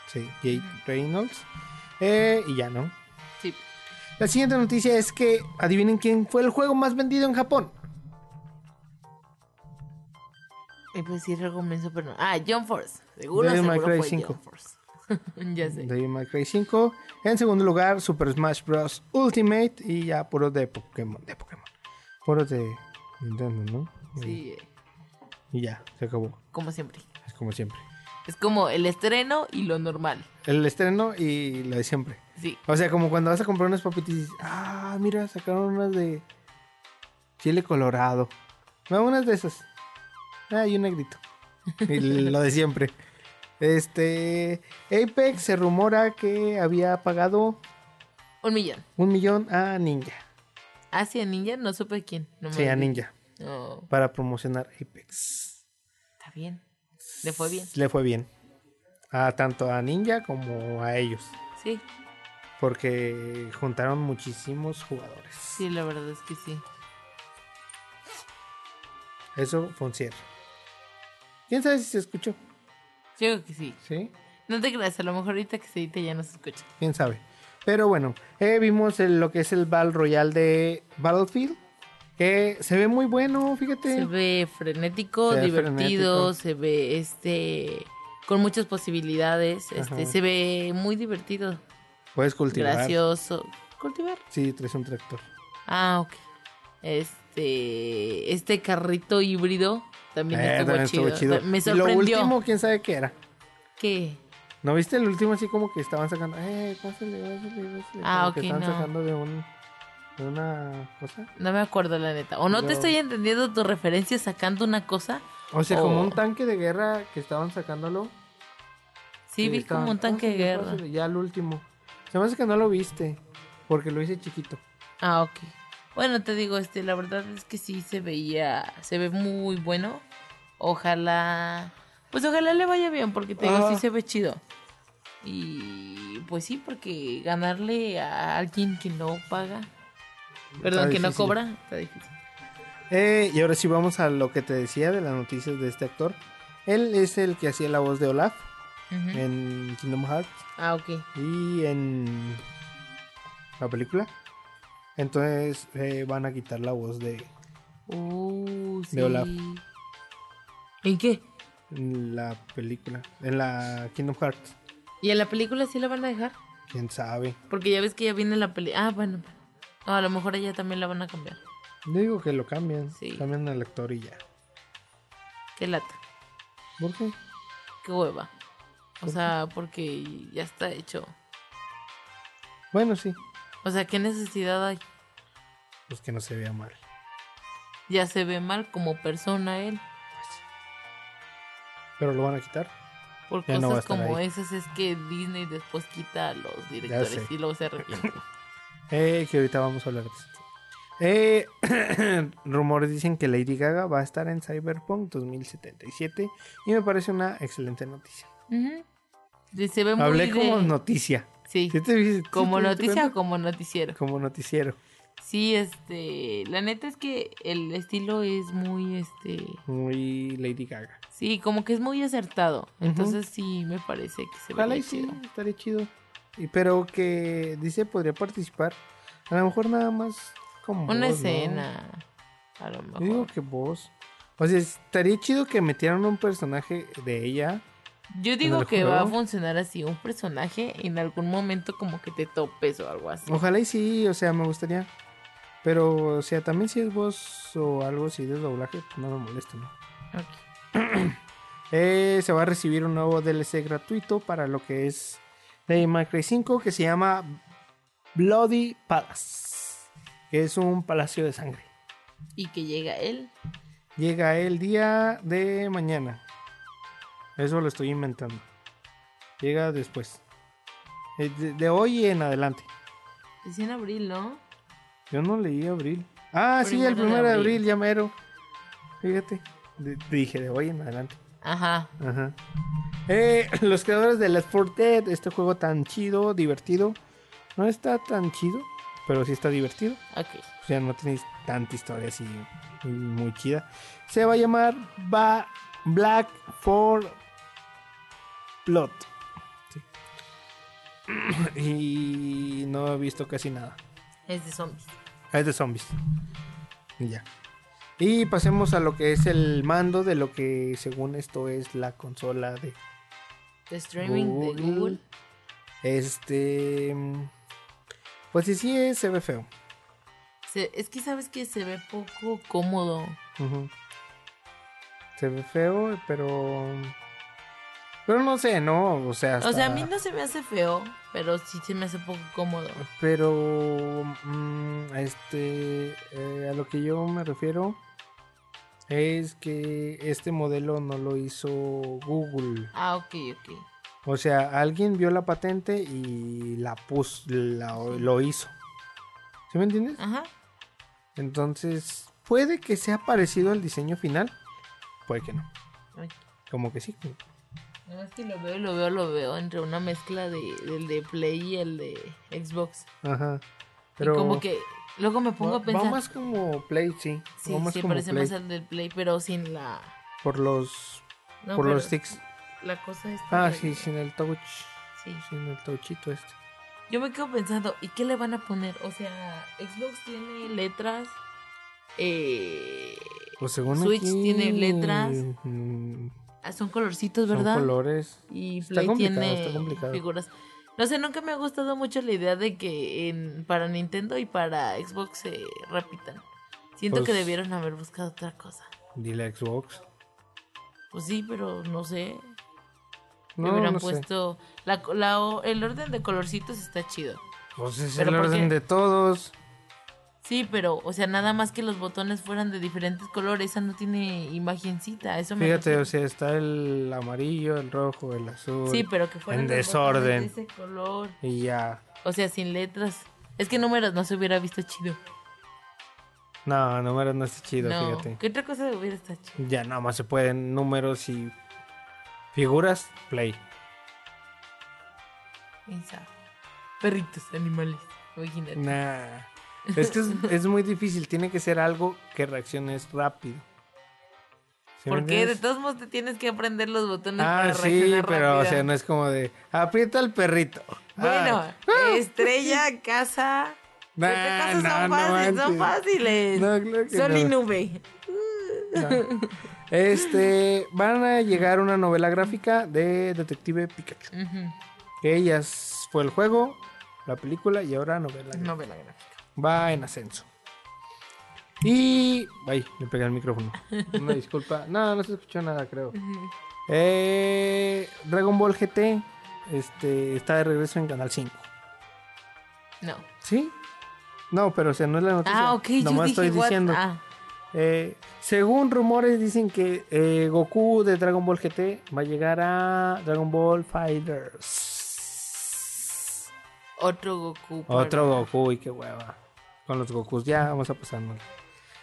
Speaker 1: Sí, Jade Reynolds. Eh, y ya, ¿no?
Speaker 2: Sí.
Speaker 1: La siguiente noticia es que, adivinen quién fue el juego más vendido en Japón.
Speaker 2: Me puedo decir pues algo menso, pero no. Ah, John Force. Seguro,
Speaker 1: Devil May
Speaker 2: seguro
Speaker 1: Cry
Speaker 2: fue
Speaker 1: 5.
Speaker 2: John Force. ya sé.
Speaker 1: Devil May Cry 5. En segundo lugar, Super Smash Bros. Ultimate. Y ya puros de Pokémon. De Pokémon. Puros de Nintendo, ¿no?
Speaker 2: Sí, eh,
Speaker 1: Y ya, se acabó.
Speaker 2: como siempre.
Speaker 1: Es como siempre.
Speaker 2: Es como el estreno y lo normal.
Speaker 1: El estreno y lo de siempre.
Speaker 2: Sí.
Speaker 1: O sea, como cuando vas a comprar unas papitas y dices, ah, mira, sacaron unas de chile colorado. No, unas de esas. Ah, y un negrito. Y lo de siempre. Este. Apex se rumora que había pagado
Speaker 2: Un millón.
Speaker 1: un millón a Ninja.
Speaker 2: Ah, sí, a Ninja, no supe quién. No me
Speaker 1: Sí, a
Speaker 2: acuerdo.
Speaker 1: Ninja.
Speaker 2: No,
Speaker 1: Para promocionar Apex.
Speaker 2: está bien. Le fue bien.
Speaker 1: Le fue bien. A tanto a Ninja como a ellos.
Speaker 2: Sí,
Speaker 1: Porque juntaron muchísimos jugadores.
Speaker 2: sí, la verdad es que sí.
Speaker 1: Eso fue un cierre. ¿Quién sabe si se escuchó?
Speaker 2: Yo creo que sí.
Speaker 1: ¿Sí?
Speaker 2: No te creas, a lo mejor ahorita que se edite ya no se escucha.
Speaker 1: ¿Quién sabe? Pero bueno, eh, vimos el- lo que es el Battle Royale de Battlefield. Que se ve muy bueno, fíjate.
Speaker 2: Se ve frenético,
Speaker 1: Se ve frenético.
Speaker 2: divertido, se ve este con muchas posibilidades,
Speaker 1: Ajá.
Speaker 2: este se ve muy divertido,
Speaker 1: Puedes cultivar.
Speaker 2: gracioso, cultivar.
Speaker 1: Sí, traes un tractor.
Speaker 2: Ah, ok. Este este carrito híbrido también,
Speaker 1: Eh,
Speaker 2: estuvo,
Speaker 1: también
Speaker 2: chido.
Speaker 1: estuvo chido.
Speaker 2: Me
Speaker 1: Y Lo
Speaker 2: sorprendió
Speaker 1: último, quién sabe qué era.
Speaker 2: que
Speaker 1: ¿No viste el último así como que estaban sacando? Eh, pásale, pásale, pásale.
Speaker 2: Ah,
Speaker 1: como que
Speaker 2: ok,
Speaker 1: estaban
Speaker 2: no.
Speaker 1: sacando de, un, de una cosa.
Speaker 2: no me acuerdo la neta. O no
Speaker 1: Yo-
Speaker 2: te estoy entendiendo tu referencia sacando una cosa.
Speaker 1: O sea, como
Speaker 2: Oh.
Speaker 1: un tanque de guerra que estaban sacándolo.
Speaker 2: Sí,
Speaker 1: que
Speaker 2: vi
Speaker 1: estaban,
Speaker 2: como un tanque de
Speaker 1: "Pásale,
Speaker 2: guerra.
Speaker 1: pásale", Ya el último. Se me hace que no lo viste. Porque lo hice chiquito.
Speaker 2: Ah, ok. Bueno, te digo, este, la verdad es que sí se veía, se ve muy bueno. Ojalá, pues ojalá le vaya bien, porque te digo, sí
Speaker 1: Ah.
Speaker 2: se ve chido. Y pues sí, porque ganarle a alguien que no paga, perdón, que no
Speaker 1: difícil.
Speaker 2: cobra, está difícil.
Speaker 1: Eh, y ahora sí vamos a lo que te decía de las noticias de este actor. Él es el que hacía la voz de Olaf
Speaker 2: Ujú.
Speaker 1: en Kingdom Hearts
Speaker 2: Ah, ok.
Speaker 1: y en la película. Entonces eh, van a quitar la voz de
Speaker 2: Uh, sí.
Speaker 1: De Olaf.
Speaker 2: ¿En qué?
Speaker 1: la película, en la Kingdom Hearts.
Speaker 2: ¿Y en la película sí la van a dejar?
Speaker 1: Quién sabe.
Speaker 2: Porque ya ves que ya viene la película. Ah, bueno. No, a lo mejor allá también la van a cambiar.
Speaker 1: Yo digo que lo cambian.
Speaker 2: Sí.
Speaker 1: Cambian al actor y ya.
Speaker 2: Qué lata.
Speaker 1: ¿Por qué?
Speaker 2: Qué hueva. O sea, porque ya está hecho.
Speaker 1: Bueno, sí.
Speaker 2: O sea, ¿qué necesidad hay?
Speaker 1: Pues que no se vea mal.
Speaker 2: Ya se ve mal como persona él.
Speaker 1: Pero lo van a quitar.
Speaker 2: Por
Speaker 1: Ya
Speaker 2: cosas
Speaker 1: no va a estar
Speaker 2: como
Speaker 1: ahí.
Speaker 2: esas es que Disney después quita a los directores
Speaker 1: sé.
Speaker 2: y luego se arrepiente.
Speaker 1: Eh, que ahorita vamos a hablar de esto. Eh, rumores dicen que Lady Gaga va a estar en Cyberpunk 2077 y me parece una excelente noticia.
Speaker 2: Ujú. Y Se ve muy
Speaker 1: Hablé
Speaker 2: de-
Speaker 1: como noticia.
Speaker 2: Sí,
Speaker 1: ¿Sí te- sí
Speaker 2: como
Speaker 1: te diste
Speaker 2: noticia o
Speaker 1: cuenta?
Speaker 2: como noticiero.
Speaker 1: Como noticiero.
Speaker 2: Sí, este, la neta es que el estilo es muy, este,
Speaker 1: Muy Lady Gaga.
Speaker 2: sí, como que es muy acertado.
Speaker 1: Ujú.
Speaker 2: Entonces sí, me parece que se
Speaker 1: Ojalá
Speaker 2: ve
Speaker 1: y sí, estaría chido. Y, pero que dice podría participar. A lo mejor nada más como. voz,
Speaker 2: Una
Speaker 1: ¿no?
Speaker 2: escena, a lo mejor.
Speaker 1: Yo digo que vos. O sea, estaría chido que metieran un personaje de ella.
Speaker 2: Yo digo
Speaker 1: el
Speaker 2: que va a
Speaker 1: juego.
Speaker 2: funcionar así un personaje en algún momento como que te topes o algo así.
Speaker 1: Ojalá y sí, o sea, me gustaría. Pero, o sea, también si es voz o algo, si es doblaje, pues no me molesta, ¿no?
Speaker 2: Ok.
Speaker 1: Eh, se va a recibir un nuevo DLC gratuito para lo que es de May Cry 5 que se llama Bloody Palace, que es un palacio de sangre.
Speaker 2: Y que llega él.
Speaker 1: Llega el día de mañana. Eso lo estoy inventando. Llega después. Eh, De, de hoy en adelante.
Speaker 2: Es en abril, ¿no?
Speaker 1: Yo no leí abril. Ah, sí, el primero
Speaker 2: Primero de
Speaker 1: de
Speaker 2: abril.
Speaker 1: abril, ya mero. Fíjate. De- dije de hoy en adelante.
Speaker 2: Ajá.
Speaker 1: Ajá. Eh, los creadores de Left 4 Dead, este juego tan chido, divertido. No está tan chido, pero sí está divertido.
Speaker 2: Ok.
Speaker 1: O sea, no tenéis tanta historia así muy, muy chida. Se va a llamar Ba- Black for Plot. Sí. Y no he visto casi nada. Ah,
Speaker 2: Es de zombies.
Speaker 1: Es de zombies. Y ya. Y pasemos a lo que es el mando de lo que según esto es la consola de
Speaker 2: De streaming de Google.
Speaker 1: Este. mm, Pues sí, sí, eh, se ve feo.
Speaker 2: Se- es que sabes que se ve poco cómodo.
Speaker 1: Ujú. Se ve feo, pero. Pero no sé, ¿no? O sea,
Speaker 2: O sea, a
Speaker 1: hasta-
Speaker 2: mí no se me hace feo, pero sí se me hace poco cómodo.
Speaker 1: Pero. mm, este. eh, a lo que yo me refiero. es que este modelo no lo hizo Google.
Speaker 2: Ah, ok, ok.
Speaker 1: O sea, alguien vio la patente y la puso, la- lo hizo. ¿Sí me entiendes?
Speaker 2: Ajá.
Speaker 1: Entonces, puede que sea parecido al diseño final, puede que no.
Speaker 2: Ay,
Speaker 1: Como que sí.
Speaker 2: no, es que lo veo, lo veo, lo veo entre una mezcla de, del de Play y el de Xbox.
Speaker 1: Ajá.
Speaker 2: Pero...
Speaker 1: Pero
Speaker 2: como que luego me pongo
Speaker 1: va,
Speaker 2: a pensar.
Speaker 1: va más como Play, sí.
Speaker 2: sí,
Speaker 1: va más
Speaker 2: sí,
Speaker 1: como
Speaker 2: parece
Speaker 1: Play.
Speaker 2: más al del Play, pero sin la.
Speaker 1: Por los
Speaker 2: No,
Speaker 1: por
Speaker 2: pero
Speaker 1: los sticks.
Speaker 2: La cosa es.
Speaker 1: Ah, sí, sin el touch.
Speaker 2: Sí.
Speaker 1: Sin el touchito este.
Speaker 2: Yo me quedo pensando, ¿y qué le van a poner? O sea, Xbox tiene letras. Eh,
Speaker 1: Pues según
Speaker 2: Switch
Speaker 1: aquí,
Speaker 2: tiene letras,
Speaker 1: mm,
Speaker 2: ah, son colorcitos,
Speaker 1: son
Speaker 2: ¿verdad?
Speaker 1: colores.
Speaker 2: Y
Speaker 1: Está
Speaker 2: Play
Speaker 1: complicado,
Speaker 2: tiene
Speaker 1: está complicado.
Speaker 2: figuras. No sé, nunca me ha gustado mucho la idea de que en- para Nintendo y para Xbox se repitan. Siento que
Speaker 1: Pues-
Speaker 2: debieron haber buscado otra cosa.
Speaker 1: Dile a Xbox.
Speaker 2: Pues sí, pero no sé.
Speaker 1: No,
Speaker 2: hubieran
Speaker 1: no sé.
Speaker 2: puesto. La, la o- el orden de colorcitos está chido.
Speaker 1: Pues es
Speaker 2: Pero
Speaker 1: el
Speaker 2: ¿por
Speaker 1: orden
Speaker 2: qué?
Speaker 1: de todos.
Speaker 2: Sí, pero, o sea, nada más que los botones fueran de diferentes colores. Esa no tiene imagencita. Eso me
Speaker 1: Fíjate,
Speaker 2: refiero.
Speaker 1: o sea, está el amarillo, el rojo, el azul.
Speaker 2: Sí, pero que fueran
Speaker 1: en
Speaker 2: los botones
Speaker 1: desorden.
Speaker 2: de ese color.
Speaker 1: Y ya.
Speaker 2: O sea, sin letras. Es que números no se hubiera visto chido.
Speaker 1: No, números no está chido,
Speaker 2: no.
Speaker 1: fíjate.
Speaker 2: ¿Qué otra cosa hubiera estado chido?
Speaker 1: Ya nada más se pueden números y figuras, play.
Speaker 2: ¿Quién sabe? Perritos, animales. Imagínate.
Speaker 1: Nah. Es que es, es muy difícil, tiene que ser algo que reacciones rápido. ¿Sí me
Speaker 2: Porque de
Speaker 1: entiendes?
Speaker 2: todos modos te tienes que aprender los botones
Speaker 1: Ah,
Speaker 2: para
Speaker 1: sí,
Speaker 2: reaccionar
Speaker 1: pero o
Speaker 2: rápido.
Speaker 1: sea, no es como de aprieta al perrito.
Speaker 2: Bueno,
Speaker 1: Ah,
Speaker 2: estrella, casa.
Speaker 1: Nah,
Speaker 2: Estas cosas
Speaker 1: nah,
Speaker 2: Pues
Speaker 1: no
Speaker 2: son fáciles, son
Speaker 1: manches.
Speaker 2: fáciles.
Speaker 1: No, claro que
Speaker 2: Sol y
Speaker 1: no.
Speaker 2: nube.
Speaker 1: no. Este, van a llegar una novela gráfica de Detective Pikachu.
Speaker 2: Ujú,
Speaker 1: Que ella s- fue el juego, la película y ahora novela. gráfica.
Speaker 2: Novela gráfica.
Speaker 1: Va en ascenso. Y. Ay, le pegué el micrófono. Una disculpa. No, no se escuchó nada, creo. Eh, Dragon Ball GT este, está de regreso en Canal 5.
Speaker 2: No.
Speaker 1: ¿Sí? No, pero o sea, no es la noticia.
Speaker 2: Ah, ok, yo
Speaker 1: Nomás
Speaker 2: dije,
Speaker 1: estoy
Speaker 2: what?
Speaker 1: diciendo.
Speaker 2: Ah,
Speaker 1: Eh, según rumores, dicen que eh, Goku de Dragon Ball GT va a llegar a Dragon Ball Fighters.
Speaker 2: otro Goku.
Speaker 1: Otro
Speaker 2: para-
Speaker 1: Goku, y qué hueva. Con los Gokus, ya vamos a pasarnos.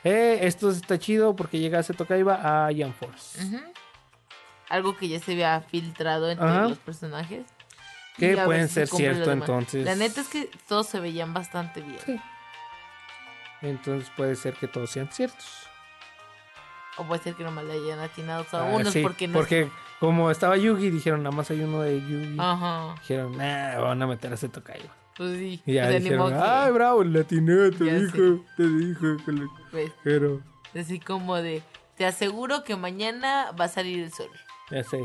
Speaker 1: Eh, esto está chido porque llega a Seto Kaiba a Ian Force.
Speaker 2: Ujú. Algo que ya se había filtrado entre
Speaker 1: Ajá.
Speaker 2: los personajes.
Speaker 1: Que
Speaker 2: Y a ver
Speaker 1: pueden
Speaker 2: si
Speaker 1: ser
Speaker 2: cumple lo
Speaker 1: cierto,
Speaker 2: demás.
Speaker 1: entonces.
Speaker 2: La neta es que todos se veían bastante bien.
Speaker 1: Sí. Entonces puede ser que todos sean ciertos.
Speaker 2: O puede ser que nomás le hayan atinado a
Speaker 1: Ah,
Speaker 2: unos
Speaker 1: sí,
Speaker 2: porque no.
Speaker 1: porque como estaba Yugi, dijeron nada más hay uno de Yugi.
Speaker 2: Ajá.
Speaker 1: Dijeron, nah, van a meter a Seto Kaiba.
Speaker 2: Pues sí.
Speaker 1: Y ya
Speaker 2: O sea, ni modo
Speaker 1: dijeron,
Speaker 2: que-
Speaker 1: ay, bravo, el latino, te
Speaker 2: Ya
Speaker 1: dijo, te dijo que lo
Speaker 2: pues,
Speaker 1: quiero.
Speaker 2: así como de. Te aseguro que mañana va a salir el sol.
Speaker 1: Ya sé.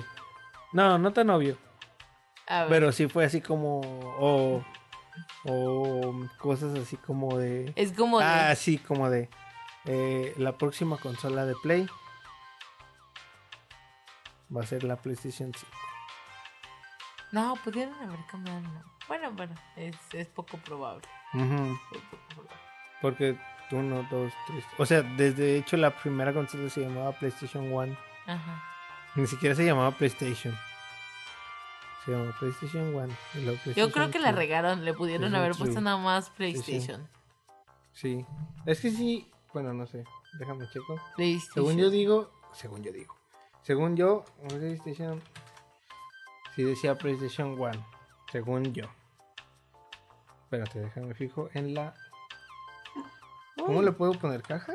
Speaker 1: No, no tan obvio.
Speaker 2: A ver.
Speaker 1: Pero sí fue así como. O. o cosas así como de.
Speaker 2: es como de.
Speaker 1: Ah, sí, como de. eh, la próxima consola de Play va a ser la PlayStation 5.
Speaker 2: No, pudieron haber cambiado. el nombre. Bueno, bueno, es, es poco probable.
Speaker 1: Ujú,
Speaker 2: es poco probable.
Speaker 1: Porque uno, dos, tres. O sea, desde hecho la primera consola se llamaba PlayStation 1.
Speaker 2: Ajá.
Speaker 1: Ni siquiera se llamaba PlayStation. Se llamaba PlayStation 1.
Speaker 2: Yo creo que la regaron, le pudieron
Speaker 1: Sí,
Speaker 2: haber
Speaker 1: sí.
Speaker 2: puesto nada más
Speaker 1: sí.
Speaker 2: PlayStation.
Speaker 1: Sí. Es que sí. Bueno, no sé. Déjame checo.
Speaker 2: PlayStation.
Speaker 1: Según yo digo, según yo digo, según yo, PlayStation, sí decía PlayStation 1, según yo. Espérate, déjame fijo en la... ¿Cómo le puedo poner caja?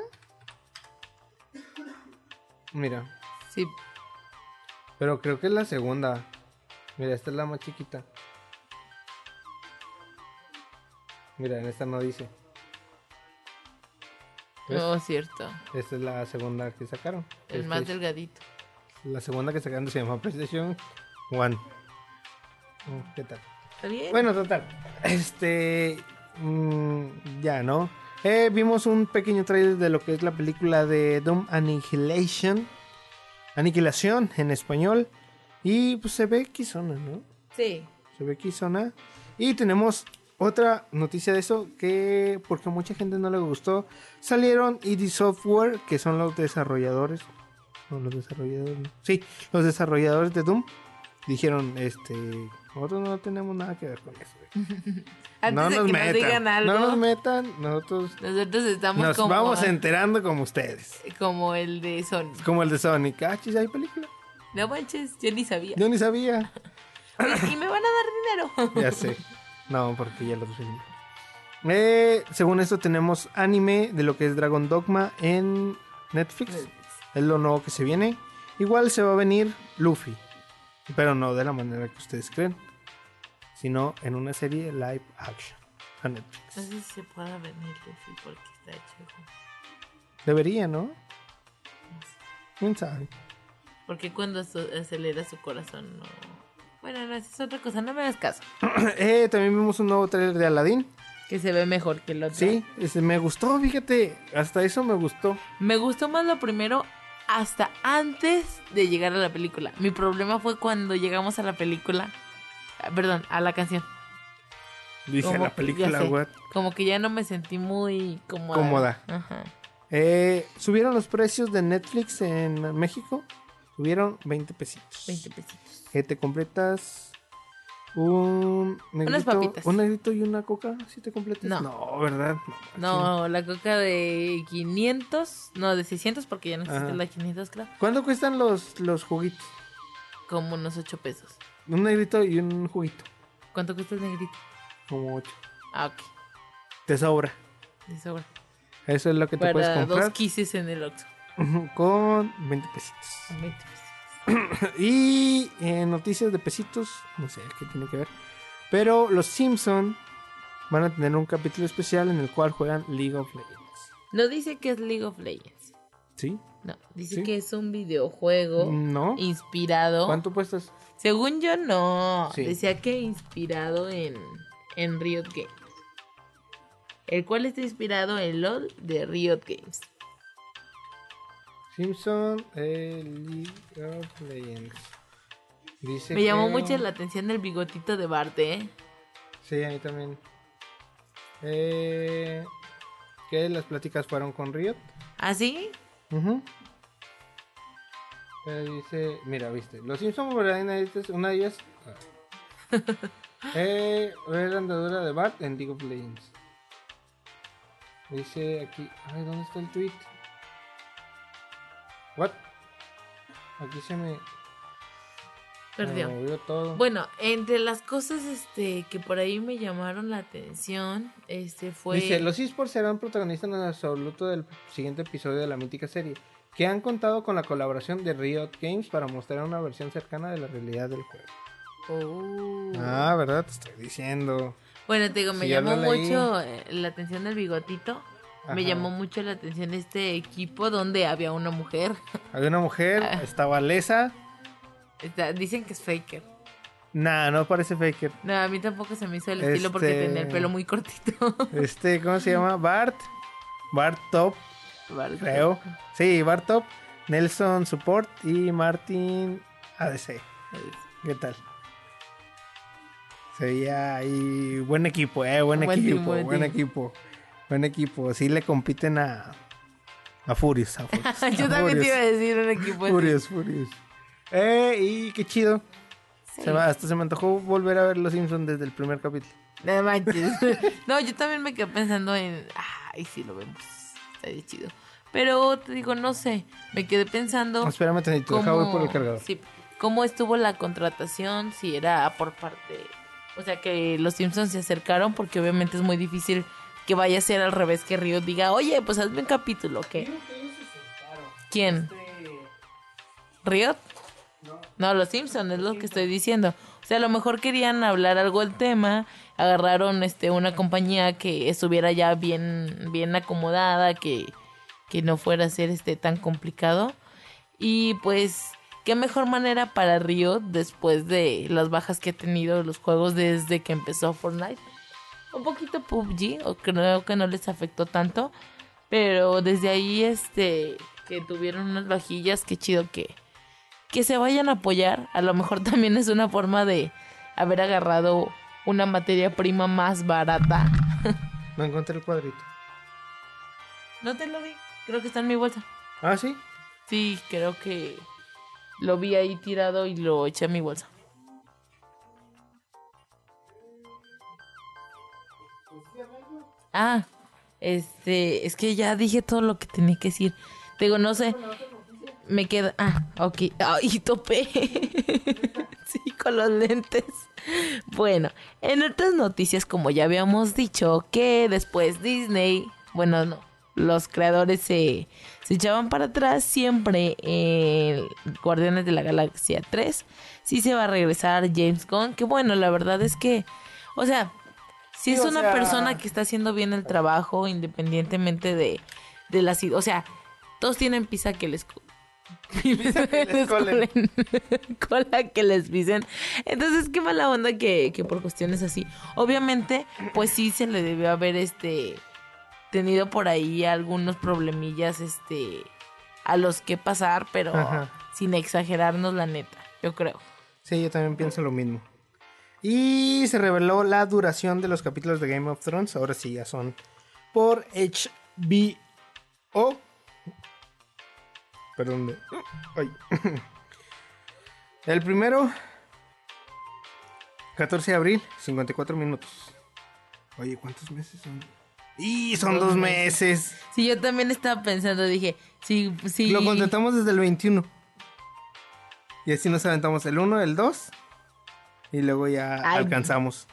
Speaker 1: Mira,
Speaker 2: Sí,
Speaker 1: pero creo que es la segunda. Mira, esta es la más chiquita. Mira, en esta no dice. ¿Ves?
Speaker 2: no es cierto.
Speaker 1: Esta es la segunda que sacaron.
Speaker 2: El más
Speaker 1: PlayStation.
Speaker 2: delgadito.
Speaker 1: La segunda que sacaron se llama PlayStation One. Mm, ¿Qué tal?
Speaker 2: ¿Está bien?
Speaker 1: Bueno, total. Este. mm, ya, ¿no? Eh, vimos un pequeño trailer de lo que es la película de Doom Annihilation. Aniquilación en español. Y pues se ve quizona, ¿no?
Speaker 2: sí.
Speaker 1: Se ve quizona. Y tenemos otra noticia de eso, que porque mucha gente no le gustó, salieron ID Software, que son los desarrolladores, no los desarrolladores, no. sí, los desarrolladores de Doom, dijeron, este, nosotros no tenemos nada que ver con eso. güey.
Speaker 2: Antes
Speaker 1: no
Speaker 2: de que nos digan algo,
Speaker 1: no nos metan, nosotros
Speaker 2: nosotros estamos
Speaker 1: nos
Speaker 2: como,
Speaker 1: vamos enterando como ustedes.
Speaker 2: como el de Sony.
Speaker 1: Como el de Sonic, ah, chis, hay película.
Speaker 2: No manches, yo ni sabía.
Speaker 1: Yo ni sabía,
Speaker 2: Y me van a dar dinero.
Speaker 1: ya sé. No, porque ya lo recibí. Eh, según esto tenemos anime de lo que es Dragon Dogma en Netflix. Es lo nuevo que se viene. Igual se va a venir Luffy. Pero no de la manera que ustedes creen. Sino en una serie live action. A Netflix.
Speaker 2: No sé si se pueda venir Luffy porque está hecho.
Speaker 1: Debería, ¿no? ¿Quién sabe?
Speaker 2: Porque cuando so- acelera su corazón no. Bueno, no, esa es otra cosa, no me hagas caso.
Speaker 1: Eh, también vimos un nuevo trailer de Aladdin.
Speaker 2: Que se ve mejor que el otro.
Speaker 1: Sí, ese me gustó, fíjate. Hasta eso me gustó.
Speaker 2: Me gustó más lo primero hasta antes de llegar a la película. Mi problema fue cuando llegamos a la película. ah, Perdón, a la canción.
Speaker 1: Dije
Speaker 2: Como-
Speaker 1: la película,
Speaker 2: ya sé.
Speaker 1: what?
Speaker 2: Como que ya no me sentí muy cómoda.
Speaker 1: Cómoda.
Speaker 2: Ajá.
Speaker 1: Eh, subieron los precios de Netflix en México. Subieron 20 pesitos.
Speaker 2: 20 pesitos.
Speaker 1: Que te completas un
Speaker 2: Unas
Speaker 1: negrito,
Speaker 2: papitas.
Speaker 1: un negrito y una coca. Si te completas.
Speaker 2: No.
Speaker 1: ¿verdad? sí.
Speaker 2: No, la coca de 500. No, de 600 porque ya no existe
Speaker 1: Ajá.
Speaker 2: la 500, creo.
Speaker 1: ¿Cuánto cuestan los, los juguitos?
Speaker 2: Como unos 8 pesos.
Speaker 1: Un negrito y un juguito.
Speaker 2: ¿Cuánto cuesta el negrito?
Speaker 1: Como 8.
Speaker 2: Ah, ok.
Speaker 1: Te sobra.
Speaker 2: De sobra.
Speaker 1: Eso es lo que te puedes
Speaker 2: Para dos
Speaker 1: comprar.
Speaker 2: quises en el Oxxo.
Speaker 1: Ujú, Con 20 pesitos.
Speaker 2: 20 pesos.
Speaker 1: Y eh, noticias de pesitos, no sé qué tiene que ver. Pero los Simpson van a tener un capítulo especial en el cual juegan League of Legends.
Speaker 2: No dice que es League of Legends.
Speaker 1: ¿Sí?
Speaker 2: No, dice
Speaker 1: ¿Sí?
Speaker 2: que es un videojuego
Speaker 1: No.
Speaker 2: inspirado.
Speaker 1: ¿Cuánto puestas?
Speaker 2: Según yo, no.
Speaker 1: Sí.
Speaker 2: Decía que inspirado en, en Riot Games. El cual está inspirado en LOL de Riot Games.
Speaker 1: Simpson eh, League of Legends. Dice
Speaker 2: Me llamó
Speaker 1: que-
Speaker 2: mucho la atención el bigotito de Bart, ¿eh?
Speaker 1: Sí, a mí también. Eh, que las pláticas fueron con Riot.
Speaker 2: ¿Ah, sí?
Speaker 1: Ujú. Pero dice, mira, viste, los Simpsons verdaderamente una de ellas. ah. eh, ver la andadura de Bart en League of Legends. Dice aquí, ay, ¿dónde está el tweet? What? Aquí se me, se me
Speaker 2: Perdió.
Speaker 1: movió todo.
Speaker 2: Bueno, entre las cosas este, que por ahí me llamaron la atención, este fue...
Speaker 1: Dice, los esports serán protagonistas en absoluto del siguiente episodio de la mítica serie, que han contado con la colaboración de Riot Games para mostrar una versión cercana de la realidad del juego.
Speaker 2: Oh.
Speaker 1: Ah, ¿verdad? Te estoy diciendo.
Speaker 2: Bueno, te digo, me
Speaker 1: Sí, ya lo
Speaker 2: llamó
Speaker 1: leí.
Speaker 2: mucho eh, la atención del bigotito. Me
Speaker 1: Ajá.
Speaker 2: llamó mucho la atención este equipo donde había una mujer.
Speaker 1: Había una mujer,
Speaker 2: Ah.
Speaker 1: estaba lesa.
Speaker 2: Está- dicen que es faker.
Speaker 1: Nah, no parece faker.
Speaker 2: No, a mí tampoco se me hizo el estilo porque
Speaker 1: Este-
Speaker 2: tenía el pelo muy cortito.
Speaker 1: Este, ¿cómo se llama? Bart. Bart Top,
Speaker 2: Vale.
Speaker 1: creo. Sí, Bart Top, Nelson Support y Martin ADC. ¿Qué tal? Se veía ahí. Buen equipo, eh. Buen,
Speaker 2: Buen
Speaker 1: equipo,
Speaker 2: team, buen
Speaker 1: buen
Speaker 2: team.
Speaker 1: equipo. Buen equipo. Sí le compiten a. A Furious. A Furious a
Speaker 2: Yo también te
Speaker 1: Furious.
Speaker 2: iba a decir pues, un equipo así.
Speaker 1: Furious, Furious. Eh, y qué chido.
Speaker 2: Sí.
Speaker 1: Se me- hasta se me antojó volver a ver Los Simpsons desde el primer capítulo.
Speaker 2: No manches. No, yo también me quedé pensando en. Ay, sí, lo vemos. Estaría chido. Pero te digo, no sé. Me quedé pensando.
Speaker 1: Espérame tantito, deja voy por el cargador.
Speaker 2: sí, cómo estuvo la contratación, si era por parte, o sea que los Simpsons se acercaron porque obviamente es muy difícil que vaya a ser al revés que Río diga, oye, pues hazme un capítulo, ¿qué? ¿Quién? ¿Riot? Este, No, los Simpsons es lo que estoy diciendo. O sea, a lo mejor querían hablar algo del tema, agarraron este una compañía que estuviera ya bien, bien acomodada, que, que no fuera a ser este tan complicado. Y pues, qué mejor manera para Riot después de las bajas que ha tenido los juegos desde que empezó Fortnite. Un poquito PUBG, o creo que no les afectó tanto. Pero desde ahí, este, que tuvieron unas vajillas, qué chido que, que se vayan a apoyar. A lo mejor también es una forma de haber agarrado una materia prima más barata.
Speaker 1: No encontré el cuadrito.
Speaker 2: No te lo di. Creo que está en mi bolsa.
Speaker 1: Ah, sí.
Speaker 2: Sí, creo que lo vi ahí tirado y lo eché a mi bolsa. Ah, este, es que ya dije todo lo que tenía que decir. Te digo, no sé. Me queda. Ah, ok. Ay, topé. sí, con los lentes. Bueno, en otras noticias, como ya habíamos dicho, que después Disney, bueno, no, los creadores se, se echaban para atrás. Siempre en Guardianes de la Galaxia 3, sí se va a regresar James Gunn. Que bueno, la verdad es que, o sea, si
Speaker 1: Sí,
Speaker 2: es
Speaker 1: o
Speaker 2: una
Speaker 1: sea-
Speaker 2: persona que está haciendo bien el trabajo, independientemente de, de la ciudad. O sea, todos tienen pizza que les. co-
Speaker 1: que les colen.
Speaker 2: colen. Cola que les pisen. Entonces, qué mala onda que, que por cuestiones así. Obviamente, pues sí se le debió haber este tenido por ahí algunos problemillas este a los que pasar, pero
Speaker 1: Ajá.
Speaker 2: sin exagerarnos la neta, yo creo.
Speaker 1: Sí, yo también pienso lo mismo. Y se reveló la duración de los capítulos de Game of Thrones. Ahora sí, ya son por HBO. Perdón. de- Ay. El primero, 14 de abril, 54 minutos. Oye, ¿cuántos meses son? Y son
Speaker 2: Dos
Speaker 1: dos
Speaker 2: meses.
Speaker 1: meses.
Speaker 2: Sí, yo también estaba pensando, dije, sí, sí.
Speaker 1: Lo contratamos desde el 21. Y así nos aventamos el 1, el 2. Y luego ya
Speaker 2: Ay.
Speaker 1: alcanzamos.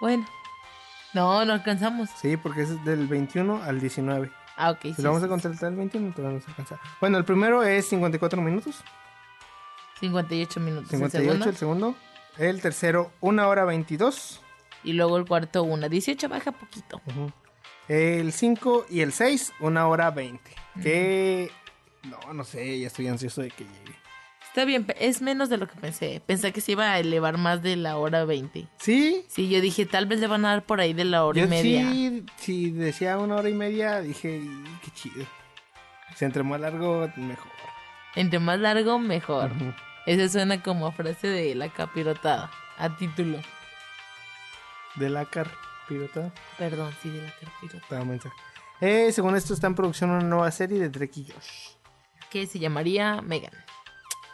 Speaker 2: Bueno. No, no alcanzamos.
Speaker 1: Sí, porque es del 21 al 19.
Speaker 2: Ah, ok.
Speaker 1: Si
Speaker 2: sí,
Speaker 1: lo vamos
Speaker 2: sí,
Speaker 1: a
Speaker 2: sí.
Speaker 1: contratar el 21, todavía no se alcanza. Bueno, el primero es 54 minutos.
Speaker 2: 58 minutos. el
Speaker 1: 58
Speaker 2: segundo.
Speaker 1: el segundo. El tercero, 1 hora 22.
Speaker 2: Y luego el cuarto, una. 18 baja poquito.
Speaker 1: Ujú. El 5 y el 6, 1 hora 20. Que... No, no sé, ya estoy ansioso de que llegue.
Speaker 2: Está bien, pe- es menos de lo que pensé. Pensé que se iba a elevar más de la hora 20.
Speaker 1: Sí,
Speaker 2: Sí, yo dije, tal vez le van a dar por ahí de la hora
Speaker 1: Yo
Speaker 2: y media.
Speaker 1: Sí, sí, decía una hora y media, dije, "Y, qué chido. Si entre más largo, mejor.
Speaker 2: Entre más largo, mejor.
Speaker 1: Ujú.
Speaker 2: Esa suena como frase de la capirotada. A título.
Speaker 1: De la car pirota,
Speaker 2: Perdón, sí, de la capirotada.
Speaker 1: estaba mensaje. Eh, según esto, está en producción una nueva serie de Drake y Josh.
Speaker 2: Que se llamaría Megan.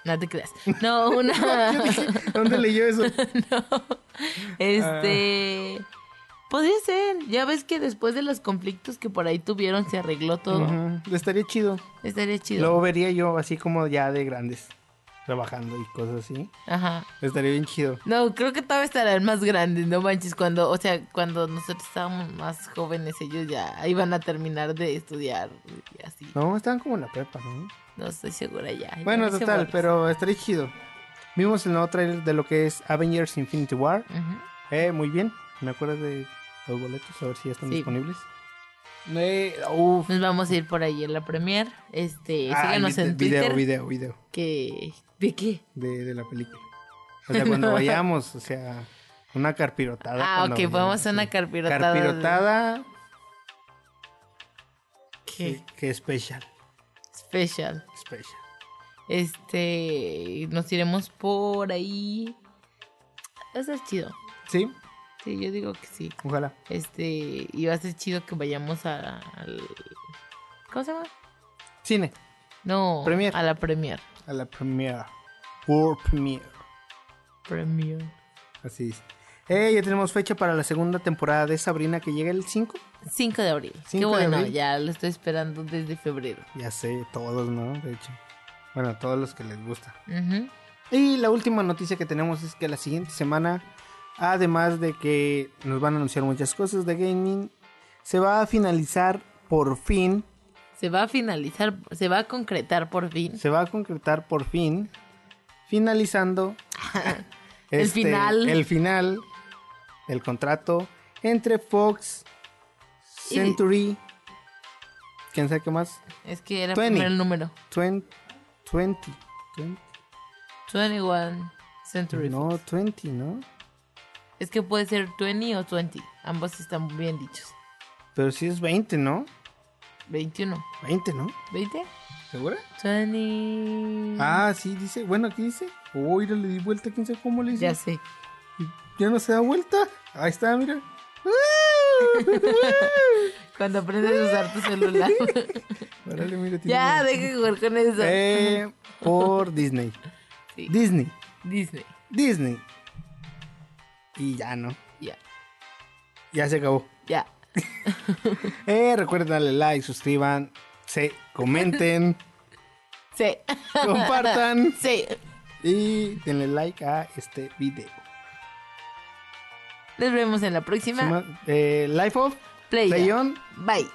Speaker 2: No te creas. No, una.
Speaker 1: Yo dije, ah. ¿Dónde leyó eso?
Speaker 2: Este. Podría ser. Ya ves que después de los conflictos que por ahí tuvieron se arregló todo.
Speaker 1: Ujú, Estaría chido.
Speaker 2: Estaría chido.
Speaker 1: Lo vería yo así como ya de grandes, trabajando y cosas así.
Speaker 2: Ajá.
Speaker 1: Estaría bien chido.
Speaker 2: No, creo que todavía estarán más grandes, no manches. Cuando, o sea, cuando nosotros estábamos más jóvenes, ellos ya iban a terminar de estudiar y así. No,
Speaker 1: No, estaban como en la prepa, ¿no?
Speaker 2: estoy segura ya. ya
Speaker 1: Bueno,
Speaker 2: no sé
Speaker 1: total,
Speaker 2: cuáles.
Speaker 1: pero estaría chido. Vimos el nuevo trailer de lo que es Avengers Infinity War.
Speaker 2: Ujú.
Speaker 1: Eh, muy bien. Me acuerdo de los boletos, a ver si ya están
Speaker 2: Sí.
Speaker 1: disponibles. Eh, uf.
Speaker 2: Nos vamos a ir por ahí en la premier. Este,
Speaker 1: Ah,
Speaker 2: síganos
Speaker 1: vi-
Speaker 2: en
Speaker 1: video,
Speaker 2: Twitter.
Speaker 1: video, video
Speaker 2: Que, ¿De qué?
Speaker 1: de, de la película. O sea, cuando vayamos, o sea, una carpirotada.
Speaker 2: Ah,
Speaker 1: cuando
Speaker 2: ok,
Speaker 1: vayamos,
Speaker 2: vamos a una
Speaker 1: sí.
Speaker 2: carpirotada de-
Speaker 1: Carpirotada,
Speaker 2: ¿Qué?
Speaker 1: sí, que especial,
Speaker 2: Special.
Speaker 1: especial.
Speaker 2: Este, nos iremos por ahí. Va a ser chido.
Speaker 1: Sí,
Speaker 2: Sí, yo digo que sí.
Speaker 1: ojalá.
Speaker 2: Este, y va a ser chido que vayamos a, al... ¿Cómo se llama?
Speaker 1: Cine,
Speaker 2: No,
Speaker 1: Premier.
Speaker 2: a la premier.
Speaker 1: a la premiera. World premiere.
Speaker 2: Premier.
Speaker 1: Así es. Eh, ya tenemos fecha para la segunda temporada de Sabrina que llega el 5.
Speaker 2: 5 de abril. Qué
Speaker 1: 5 de
Speaker 2: bueno,
Speaker 1: abril.
Speaker 2: ya lo estoy esperando desde febrero.
Speaker 1: Ya sé, todos, ¿no? De hecho. Bueno, todos los que les gusta.
Speaker 2: Ujú.
Speaker 1: Y la última noticia que tenemos es que la siguiente semana, además de que nos van a anunciar muchas cosas de gaming, se va a finalizar por fin,
Speaker 2: Se va a finalizar, se va a concretar por fin.
Speaker 1: se va a concretar por fin, finalizando este,
Speaker 2: El final.
Speaker 1: el final, el contrato entre Fox,
Speaker 2: Y-
Speaker 1: Century, quién sabe qué más,
Speaker 2: Es que era
Speaker 1: 20.
Speaker 2: primero el número.
Speaker 1: Twen- 20, 20,
Speaker 2: 21 Century.
Speaker 1: no, 20, ¿no?
Speaker 2: Es que puede ser 20 o 20. Ambos están bien dichos.
Speaker 1: Pero sí es 20, ¿no?
Speaker 2: 21.
Speaker 1: 20, ¿no?
Speaker 2: ¿20?
Speaker 1: ¿Segura?
Speaker 2: 20.
Speaker 1: Ah, sí, dice. Bueno, aquí dice. Uy, le di vuelta, quién sabe cómo le hice.
Speaker 2: Ya sé.
Speaker 1: ya no se da vuelta. Ahí está, mira.
Speaker 2: Cuando aprendes a usar tu celular.
Speaker 1: Órale, mira, tiene
Speaker 2: ya,
Speaker 1: una-
Speaker 2: deja de jugar con eso.
Speaker 1: Eh, por Disney.
Speaker 2: Sí.
Speaker 1: Disney.
Speaker 2: Disney.
Speaker 1: Disney. Y ya no.
Speaker 2: Ya,
Speaker 1: Ya se acabó.
Speaker 2: ya.
Speaker 1: Eh, recuerden darle like, suscriban, se comenten,
Speaker 2: Sí.
Speaker 1: compartan
Speaker 2: Sí.
Speaker 1: y denle like a este video.
Speaker 2: Nos vemos en la próxima.
Speaker 1: Suma- eh, Life of
Speaker 2: Play.
Speaker 1: Playón
Speaker 2: Bye.